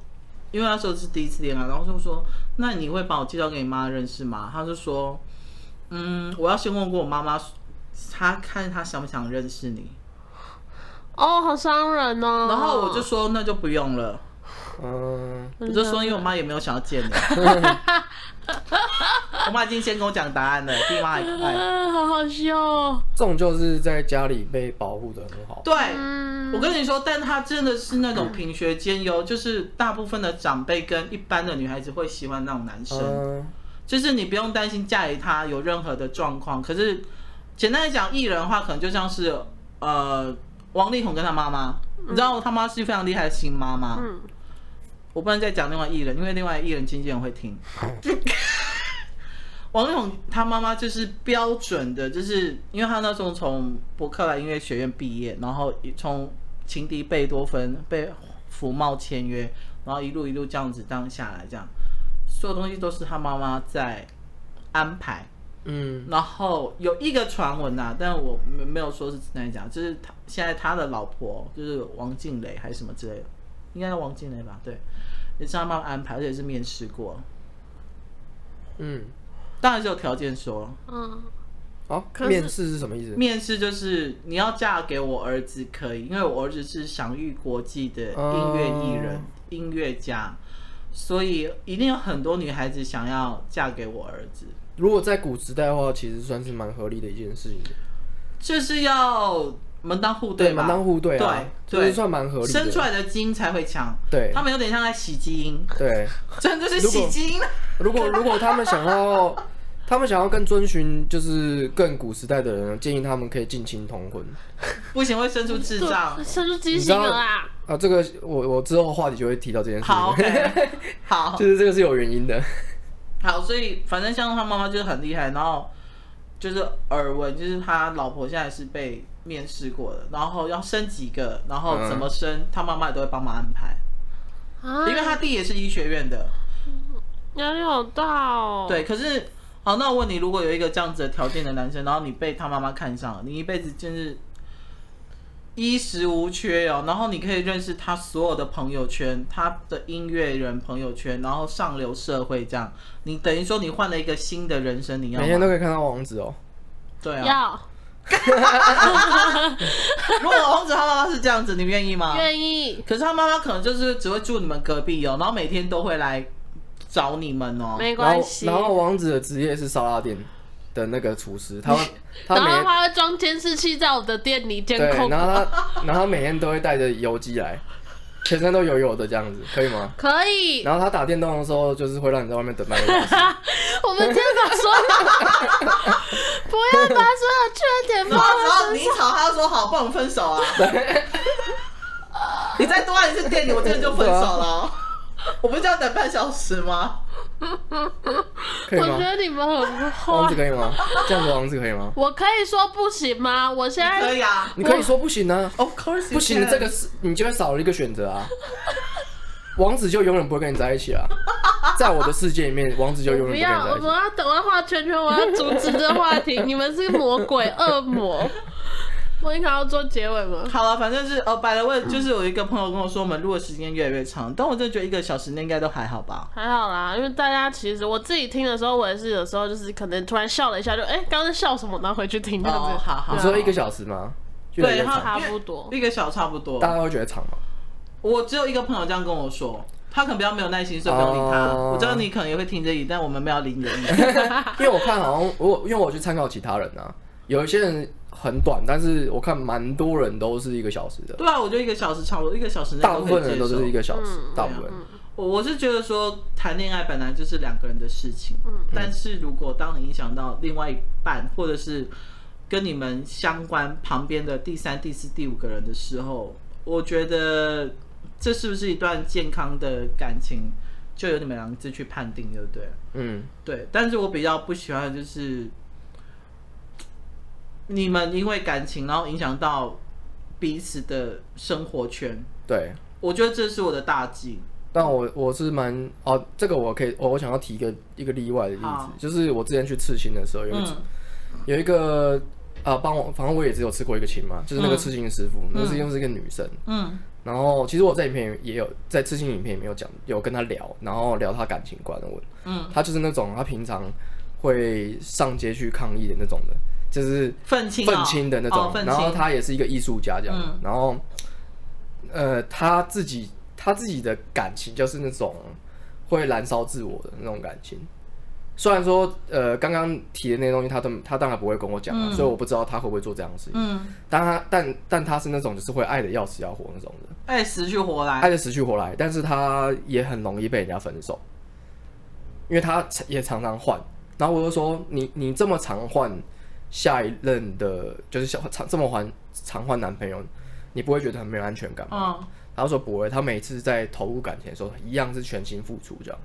[SPEAKER 1] 因为那时候是第一次恋爱，然后就说，那你会把我介绍给你妈认识吗？”他就说：“嗯，我要先问过我妈妈，她看她想不想认识你。
[SPEAKER 2] 哦，好伤人哦。
[SPEAKER 1] 然后我就说：“那就不用了。”
[SPEAKER 3] 嗯，
[SPEAKER 1] 我就说，因为我妈也没有想要见你。我妈已经先跟我讲答案了，比妈还快。
[SPEAKER 2] 啊，好好笑哦。
[SPEAKER 3] 这种就是在家里被保护的很好。
[SPEAKER 1] 对，
[SPEAKER 2] 嗯
[SPEAKER 1] 我跟你说，但她真的是那种品学兼优，就是大部分的长辈跟一般的女孩子会喜欢那种男生，
[SPEAKER 3] 嗯，
[SPEAKER 1] 就是你不用担心嫁给他有任何的状况。可是简单来讲，艺人的话，可能就像是呃王力宏跟他妈妈，你知道他妈是非常厉害的新妈妈，
[SPEAKER 2] 嗯
[SPEAKER 1] 我不能再讲另外艺人，因为另外艺人经纪人会听。 王力宏他妈妈就是标准的，就是因为他那时候从伯克莱音乐学院毕业，然后一从情敌贝多芬被福茂签约，然后一路一路这样子当下来，这样所有东西都是他妈妈在安排。
[SPEAKER 4] 嗯，
[SPEAKER 1] 然后有一个传闻呐、但我没没有说是哪一家，就是他现在他的老婆就是王静蕾还是什么之类的，应该叫王静蕾吧？对，也是他妈妈安排，而且是面试过，
[SPEAKER 4] 嗯，
[SPEAKER 1] 当然是有条件说，
[SPEAKER 2] 嗯，
[SPEAKER 3] 啊
[SPEAKER 2] 可，是
[SPEAKER 3] 面试是什么意思？
[SPEAKER 1] 面试就是你要嫁给我儿子可以，因为我儿子是享誉国际的音乐艺人、
[SPEAKER 3] 哦
[SPEAKER 1] 音乐家，所以一定有很多女孩子想要嫁给我儿子。
[SPEAKER 3] 如果在古时代的话，其实算是蛮合理的一件事情，
[SPEAKER 1] 就是要门当户
[SPEAKER 3] 对，
[SPEAKER 1] 对吧？
[SPEAKER 3] 门当户对啊，
[SPEAKER 1] 对
[SPEAKER 3] 就是
[SPEAKER 1] 对，
[SPEAKER 3] 算蛮合理的。
[SPEAKER 1] 生出来的基因才会强。
[SPEAKER 3] 对
[SPEAKER 1] 他们有点像在洗基因，
[SPEAKER 3] 对，
[SPEAKER 1] 真的就是洗基因。啊
[SPEAKER 3] 如果如果他们想要，他们想要更遵循就是更古时代的人，建议他们可以近亲同婚。
[SPEAKER 1] 不行，会生出智障
[SPEAKER 2] 对，。生出畸形了啊！
[SPEAKER 3] 啊，这个我我之后话题就会提到这件事情。
[SPEAKER 1] 好 OK 好
[SPEAKER 3] 就是这个是有原因的。
[SPEAKER 1] 好，所以反正像他妈妈就是很厉害，然后就是耳闻，就是他老婆现在是被面试过的，然后要生几个，然后怎么生，
[SPEAKER 3] 嗯
[SPEAKER 1] 他妈妈也都会帮忙安排，
[SPEAKER 2] 啊，
[SPEAKER 1] 因为他弟也是医学院的。
[SPEAKER 2] 压力好大哦。，
[SPEAKER 1] 对，可是好，那我问你，如果有一个这样子的条件的男生，然后你被他妈妈看上了，你一辈子真是衣食无缺哦，然后你可以认识他所有的朋友圈，他的音乐人朋友圈，然后上流社会这样，你等于说你换了一个新的人生，你要
[SPEAKER 3] 每天都
[SPEAKER 1] 吗？
[SPEAKER 3] 可以看到王子哦。
[SPEAKER 1] 对啊，
[SPEAKER 2] 要
[SPEAKER 1] 如果王子他妈妈是这样子，你愿意吗？
[SPEAKER 2] 愿意，
[SPEAKER 1] 可是他妈妈可能就是只会住你们隔壁哦，然后每天都会来找你们哦。
[SPEAKER 2] 没
[SPEAKER 3] 然
[SPEAKER 2] 关
[SPEAKER 3] 后
[SPEAKER 2] 系。
[SPEAKER 3] 然后王子的职业是烧腊店的那个厨师， 他会他
[SPEAKER 2] 然
[SPEAKER 3] 每
[SPEAKER 2] 后他会装监视器在我的店里监
[SPEAKER 3] 对，
[SPEAKER 2] 控
[SPEAKER 3] 然后
[SPEAKER 2] 我。
[SPEAKER 3] 他然后他每天都会带着油鸡来，全身都油油的这样子，可以 吗？
[SPEAKER 2] 可以，
[SPEAKER 3] 然后他打电动的时候，就是会让你在外 面等半个小时。
[SPEAKER 2] 我们今天把所有，不要把所有缺点放
[SPEAKER 1] 然后只
[SPEAKER 2] 在
[SPEAKER 1] 要
[SPEAKER 2] 身
[SPEAKER 1] 啊你一
[SPEAKER 2] 上。
[SPEAKER 1] 吵，他就说好，不然我们分手 啊。你再多按一次电你，我真的就分手了
[SPEAKER 3] 啊
[SPEAKER 1] 哦。我不是要等半小时吗？
[SPEAKER 3] 可以
[SPEAKER 2] 我觉
[SPEAKER 3] 吗？
[SPEAKER 2] 得你们很
[SPEAKER 3] 王
[SPEAKER 2] 坏。
[SPEAKER 3] 子可以吗？这样子王子可以吗？
[SPEAKER 2] 我可以说不行吗？我现在
[SPEAKER 1] 可以啊。
[SPEAKER 3] 你可以说不行啊，
[SPEAKER 1] Of course，you
[SPEAKER 3] 不行的
[SPEAKER 1] can
[SPEAKER 3] 这个是你就会少了一个选择啊。王子就永远不会跟你在一起啊，在我的世界里面，王子就
[SPEAKER 2] 我
[SPEAKER 3] 永
[SPEAKER 2] 不
[SPEAKER 3] 远
[SPEAKER 2] 要，
[SPEAKER 3] 不
[SPEAKER 2] 我
[SPEAKER 3] 跟你在一
[SPEAKER 2] 不
[SPEAKER 3] 起。
[SPEAKER 2] 要等我要画圈圈，我要阻止这个话 题。你们是魔鬼恶魔。我应该要做结尾吗？
[SPEAKER 1] 好了，反正是哦，摆了位，就是有一个朋友跟我说，我们录的时间越来越长，但我真的觉得一个小时内应该都还好吧。
[SPEAKER 2] 还好啦，因为大家其实我自己听的时候，我也是有时候就是可能突然笑了一下就，哎，刚刚在笑什么？然后回去听这样子。
[SPEAKER 1] 哦好好
[SPEAKER 3] 你说一个小时吗？越来
[SPEAKER 1] 对，
[SPEAKER 3] 越
[SPEAKER 1] 然后
[SPEAKER 3] 长
[SPEAKER 2] 差不多
[SPEAKER 1] 一个小时差不多。
[SPEAKER 3] 大家会觉得长吗？
[SPEAKER 1] 我只有一个朋友这样跟我说，他可能比较没有耐心，所以不用理他。
[SPEAKER 3] 哦
[SPEAKER 1] 我知道你可能也会听这里，但我们没有理你的意思。
[SPEAKER 3] 因为我看好像我因为我去参考其他人啊，有一些人很短，但是我看蛮多人都是一个小时的，
[SPEAKER 1] 对啊，我觉得一个小时差不多，一个小时内
[SPEAKER 3] 大部分
[SPEAKER 1] 可以
[SPEAKER 3] 人
[SPEAKER 1] 接
[SPEAKER 3] 都
[SPEAKER 1] 受
[SPEAKER 3] 是一。个小时，大部分。
[SPEAKER 1] 我我是觉得说谈恋爱本来就是两个人的事情，嗯，但是如果当你影响到另外一半，或者是跟你们相关旁边的第三、第四、第五个人的时候，我觉得这是不是一段健康的感情，就由你们两个自去判定，对不对？
[SPEAKER 3] 嗯，
[SPEAKER 1] 对，但是我比较不喜欢的就是你们因为感情，然后影响到彼此的生活圈，
[SPEAKER 3] 对。
[SPEAKER 1] 我觉得这是我的大忌。
[SPEAKER 3] 但我我是蛮哦，这个我可以，我我想要提一个一个例外的例子
[SPEAKER 1] 好，
[SPEAKER 3] 就是我之前去刺青的时候，有一、
[SPEAKER 1] 嗯，
[SPEAKER 3] 有一个啊，帮我，反正我也只有吃过一个青嘛，就是那个
[SPEAKER 1] 嗯
[SPEAKER 3] 刺青师傅，那个刺青师是一个女生。
[SPEAKER 1] 嗯
[SPEAKER 3] 然后其实我在影片也有在刺青影片里面有讲，有跟她聊，然后聊她感情观的问题。
[SPEAKER 1] 嗯，
[SPEAKER 3] 她就是那种她平常会上街去抗议的那种的，就是
[SPEAKER 1] 愤青、哦，
[SPEAKER 3] 愤青的那种。
[SPEAKER 1] 哦、愤
[SPEAKER 3] 然后
[SPEAKER 1] 青，
[SPEAKER 3] 他也是一个艺术家这样，
[SPEAKER 1] 嗯
[SPEAKER 3] 然后呃他自己他自己的感情就是那种会燃烧自我的那种感情。虽然说呃刚刚提的那些东西他都他当然不会跟我讲啊、
[SPEAKER 1] 嗯
[SPEAKER 3] 所以我不知道他会不会做这样的事情。
[SPEAKER 1] 嗯，
[SPEAKER 3] 但他但但他是那种就是会爱的要死要活那种的。
[SPEAKER 1] 爱哎死去活来，
[SPEAKER 3] 爱的死去活来，但是他也很容易被人家分手，因为他也常常换。然后我就说，你你这么常换下一任的，就是小常这么换常换男朋友，你不会觉得很没有安全感吗？
[SPEAKER 1] 嗯
[SPEAKER 3] 他说不会，他每次在投入感情的时候，一样是全心付出这样，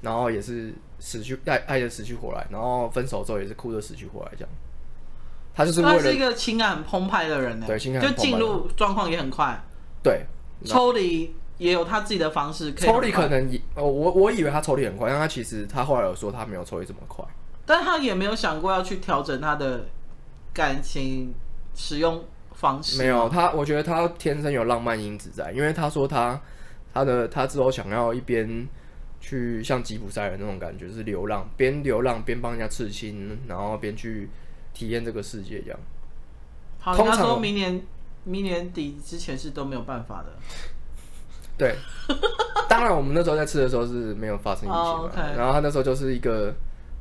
[SPEAKER 3] 然后也是死去爱爱的死去活来，然后分手之后也是哭的死去活来这样，他就是为
[SPEAKER 1] 他是一
[SPEAKER 3] 了
[SPEAKER 1] 个情感很澎湃的人呢，欸
[SPEAKER 3] 对情感
[SPEAKER 1] 就
[SPEAKER 3] 很澎湃
[SPEAKER 1] 进入状况也很快，
[SPEAKER 3] 对
[SPEAKER 1] 抽离也有他自己的方式可以很
[SPEAKER 3] 抽
[SPEAKER 1] 快。
[SPEAKER 3] 离可能也哦，我我以为他抽离很快，但他其实他后来有说他没有抽离这么快，
[SPEAKER 1] 但他也没有想过要去调整他的感情使用方式。
[SPEAKER 3] 没有，他，我觉得他天生有浪漫因子在，因为他说他他的他之后想要一边去像吉普赛人那种感觉，就是流浪，边流浪边帮人家刺青，然后边去体验这个世界这样。
[SPEAKER 1] 好，
[SPEAKER 3] 通
[SPEAKER 1] 他
[SPEAKER 3] 常
[SPEAKER 1] 说明年明年底之前是都没有办法的。
[SPEAKER 3] 对，当然我们那时候在吃的时候是没有发生疫情嘛啊
[SPEAKER 1] 哦，OK
[SPEAKER 3] 然后他那时候就是一个，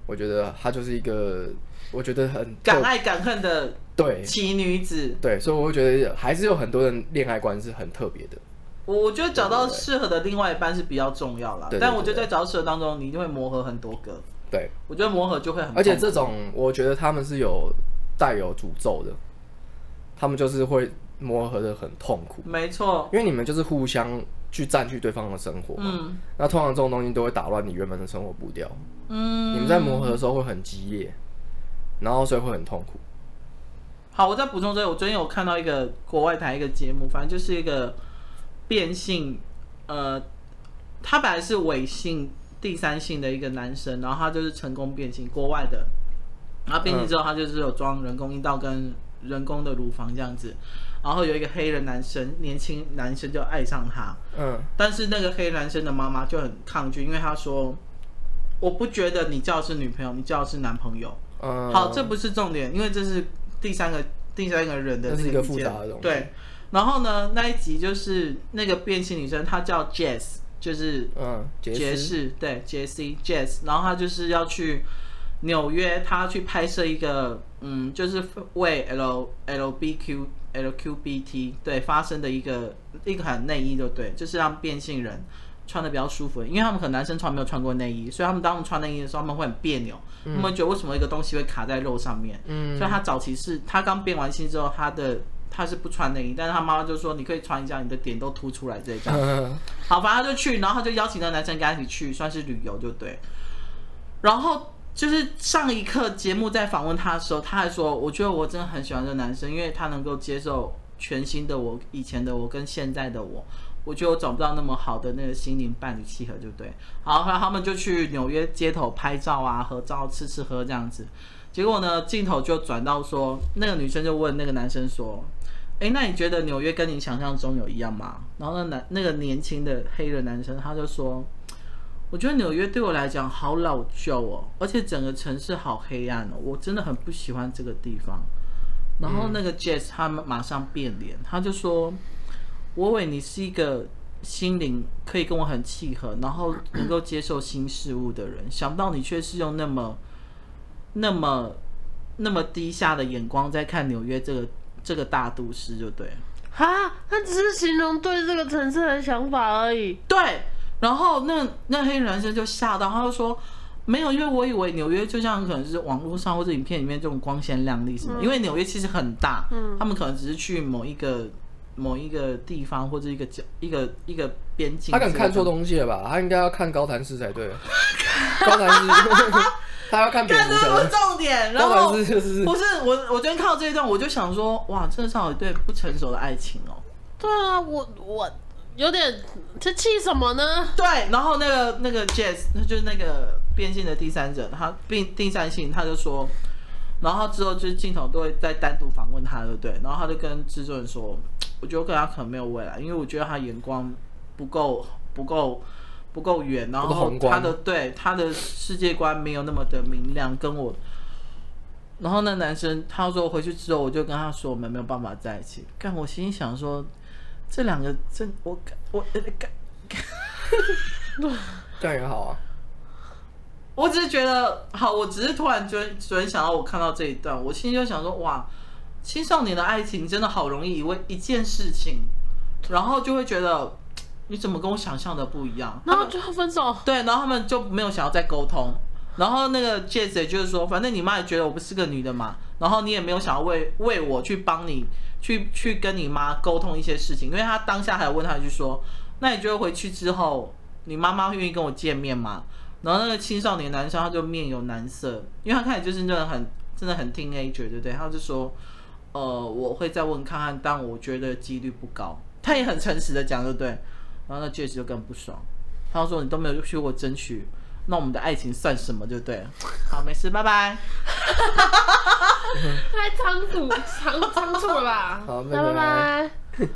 [SPEAKER 3] 我觉得他就是一个，我觉得很
[SPEAKER 1] 敢爱敢恨的
[SPEAKER 3] 对
[SPEAKER 1] 奇女子，
[SPEAKER 3] 对，所以我会觉得还是有很多人恋爱观是很特别的。
[SPEAKER 1] 我我觉得找到适合的另外一半是比较重要啦。
[SPEAKER 3] 对对
[SPEAKER 1] 但我觉得在找适合当中，你一定会磨合很多个。
[SPEAKER 3] 对，
[SPEAKER 1] 我觉得磨合就会很痛苦，
[SPEAKER 3] 而且这种我觉得他们是有带有诅咒的，他们就是会磨合的很痛苦，
[SPEAKER 1] 没错，
[SPEAKER 3] 因为你们就是互相去占据对方的生活嘛。
[SPEAKER 1] 嗯
[SPEAKER 3] 那通常这种东西都会打乱你原本的生活步调，
[SPEAKER 1] 嗯。
[SPEAKER 3] 你们在磨合的时候会很激烈，然后所以会很痛苦。
[SPEAKER 1] 好，我再补充这个，我昨天有看到一个国外台一个节目，反正就是一个变性，呃，他本来是伪性第三性的一个男生，然后他就是成功变性，国外的，然后变性之后他就是有装人工阴道跟人工的乳房这样子，然后有一个黑人男生，年轻男生就爱上他，
[SPEAKER 3] 嗯，
[SPEAKER 1] 但是那个黑男生的妈妈就很抗拒，因为他说。我不觉得你叫的是女朋友，你叫的是男朋友。
[SPEAKER 3] 嗯
[SPEAKER 1] 好，这不是重点，因为这是第三个第三个人的
[SPEAKER 3] 这是一
[SPEAKER 1] 个
[SPEAKER 3] 个
[SPEAKER 1] 意见
[SPEAKER 3] 复杂的东西
[SPEAKER 1] 对，然后呢，那一集就是那个变性女生，她叫 Jess，就是
[SPEAKER 3] 嗯
[SPEAKER 1] 爵
[SPEAKER 3] 杰斯
[SPEAKER 1] 士，对，杰西 Jazz，然后他就是要去纽约，他去拍摄一个，嗯，就是为 L L B Q L Q B T 对发生的一个一款内衣，就对，就是让变性人穿的比较舒服，因为他们可能男生从来没有穿过内衣，所以他们当他们穿内衣的时候，他们会很别扭，他们会觉得为什么一个东西会卡在肉上面，
[SPEAKER 3] 嗯
[SPEAKER 1] 所以他早期是他刚变完性之后，他的。他是不穿内衣，但是他妈妈就说你可以穿一下，你的点都凸出来这一 种。
[SPEAKER 3] 嗯
[SPEAKER 1] 好，反正他就去，然后他就邀请那个男生跟他一起去，算是旅游就对。然后就是上一刻节目在访问他的时候，他还说：“我觉得我真的很喜欢这个男生，因为他能够接受全新的我、以前的我跟现在的我。我觉得我找不到那么好的那个心灵伴侣契合，就对。好，然后他们就去纽约街头拍照啊、合照、吃吃喝这样子。结果呢，镜头就转到说，那个女生就问那个男生说：“哎，那你觉得纽约跟你想象中有一样吗？”然后那男那个年轻的黑人男生他就说：“我觉得纽约对我来讲好老旧哦，而且整个城市好黑暗哦，我真的很不喜欢这个地方。”然后那个 Jazz 他马上变脸，他就说：“我以为你是一个心灵可以跟我很契合，然后能够接受新事物的人，想不到你却是用那么。”那么那么低下的眼光在看纽约这个这个大都市，就对了
[SPEAKER 2] 哈，他只是形容对这个城市的想法而已。
[SPEAKER 1] 对。然后那那黑人男生就吓到，他就说没有，因为我以为纽约就像可能是网络上或者影片里面这种光鲜亮丽什么，因为纽约其实很大，
[SPEAKER 2] 嗯
[SPEAKER 1] 他们可能只是去某一个某一个地方或者一个角一个一个边境之类
[SPEAKER 3] 他
[SPEAKER 1] 的。
[SPEAKER 3] 可能看错东西了吧？他应该要看高谭市才 对。高谭市， 他要看蝙
[SPEAKER 1] 但
[SPEAKER 3] 蝠
[SPEAKER 1] 这不是
[SPEAKER 3] 侠。
[SPEAKER 1] 重点。然
[SPEAKER 3] 高
[SPEAKER 1] 后
[SPEAKER 3] 谭市就是
[SPEAKER 1] 不是我，我昨天看到这一段，我就想说，哇，这是好一对不成熟的爱情哦。
[SPEAKER 2] 对啊，我我有点这气什么呢？
[SPEAKER 1] 对，然后那个那个 Jazz，那就是那个变性的第三者，他变第三性，他就说，然后之后就是镜头都会再单独访问他，对不对？然后他就跟制作人说，我觉得我跟他可能没有未来，因为我觉得他眼光不够不够不够远，然
[SPEAKER 3] 不够
[SPEAKER 1] 后
[SPEAKER 3] 宏观
[SPEAKER 1] 他的对他的世界观没有那么的明亮，跟我。然后那男生他说回去之后，我就跟他说我们没有办法在一起。但我心里想说，这两个真我我呃干
[SPEAKER 3] 这样也好啊。
[SPEAKER 1] 我只是觉得，好，我只是突然昨昨天想到，我看到这一段，我心里就想说，哇，青少年的爱情真的好容易一为一件事情，然后就会觉得你怎么跟我想象的不一样，
[SPEAKER 2] 然后就分 手。
[SPEAKER 1] 对，然后他们就没有想要再沟通。然后那个 Jazz 也就是说，反正你妈也觉得我不是个女的嘛，然后你也没有想要为为我去帮你去去跟你妈沟通一些事情，因为他当下还有问他一句说，那你觉得回去之后，你妈妈愿意跟我见面吗？然后那个青少年男生他就面有难色，因为他看起来就是那种很真的很 teenager，对不对？他就说，呃，我会再问看看，但我觉得几率不高。他也很诚实的讲，对不对？然后那 j e 就更不爽，他说你都没有去为我争取，那我们的爱情算什么，对不对？好，没事，拜拜。
[SPEAKER 2] 太仓促，仓仓促了吧？
[SPEAKER 3] 好拜
[SPEAKER 2] 那拜
[SPEAKER 3] 拜
[SPEAKER 2] 拜。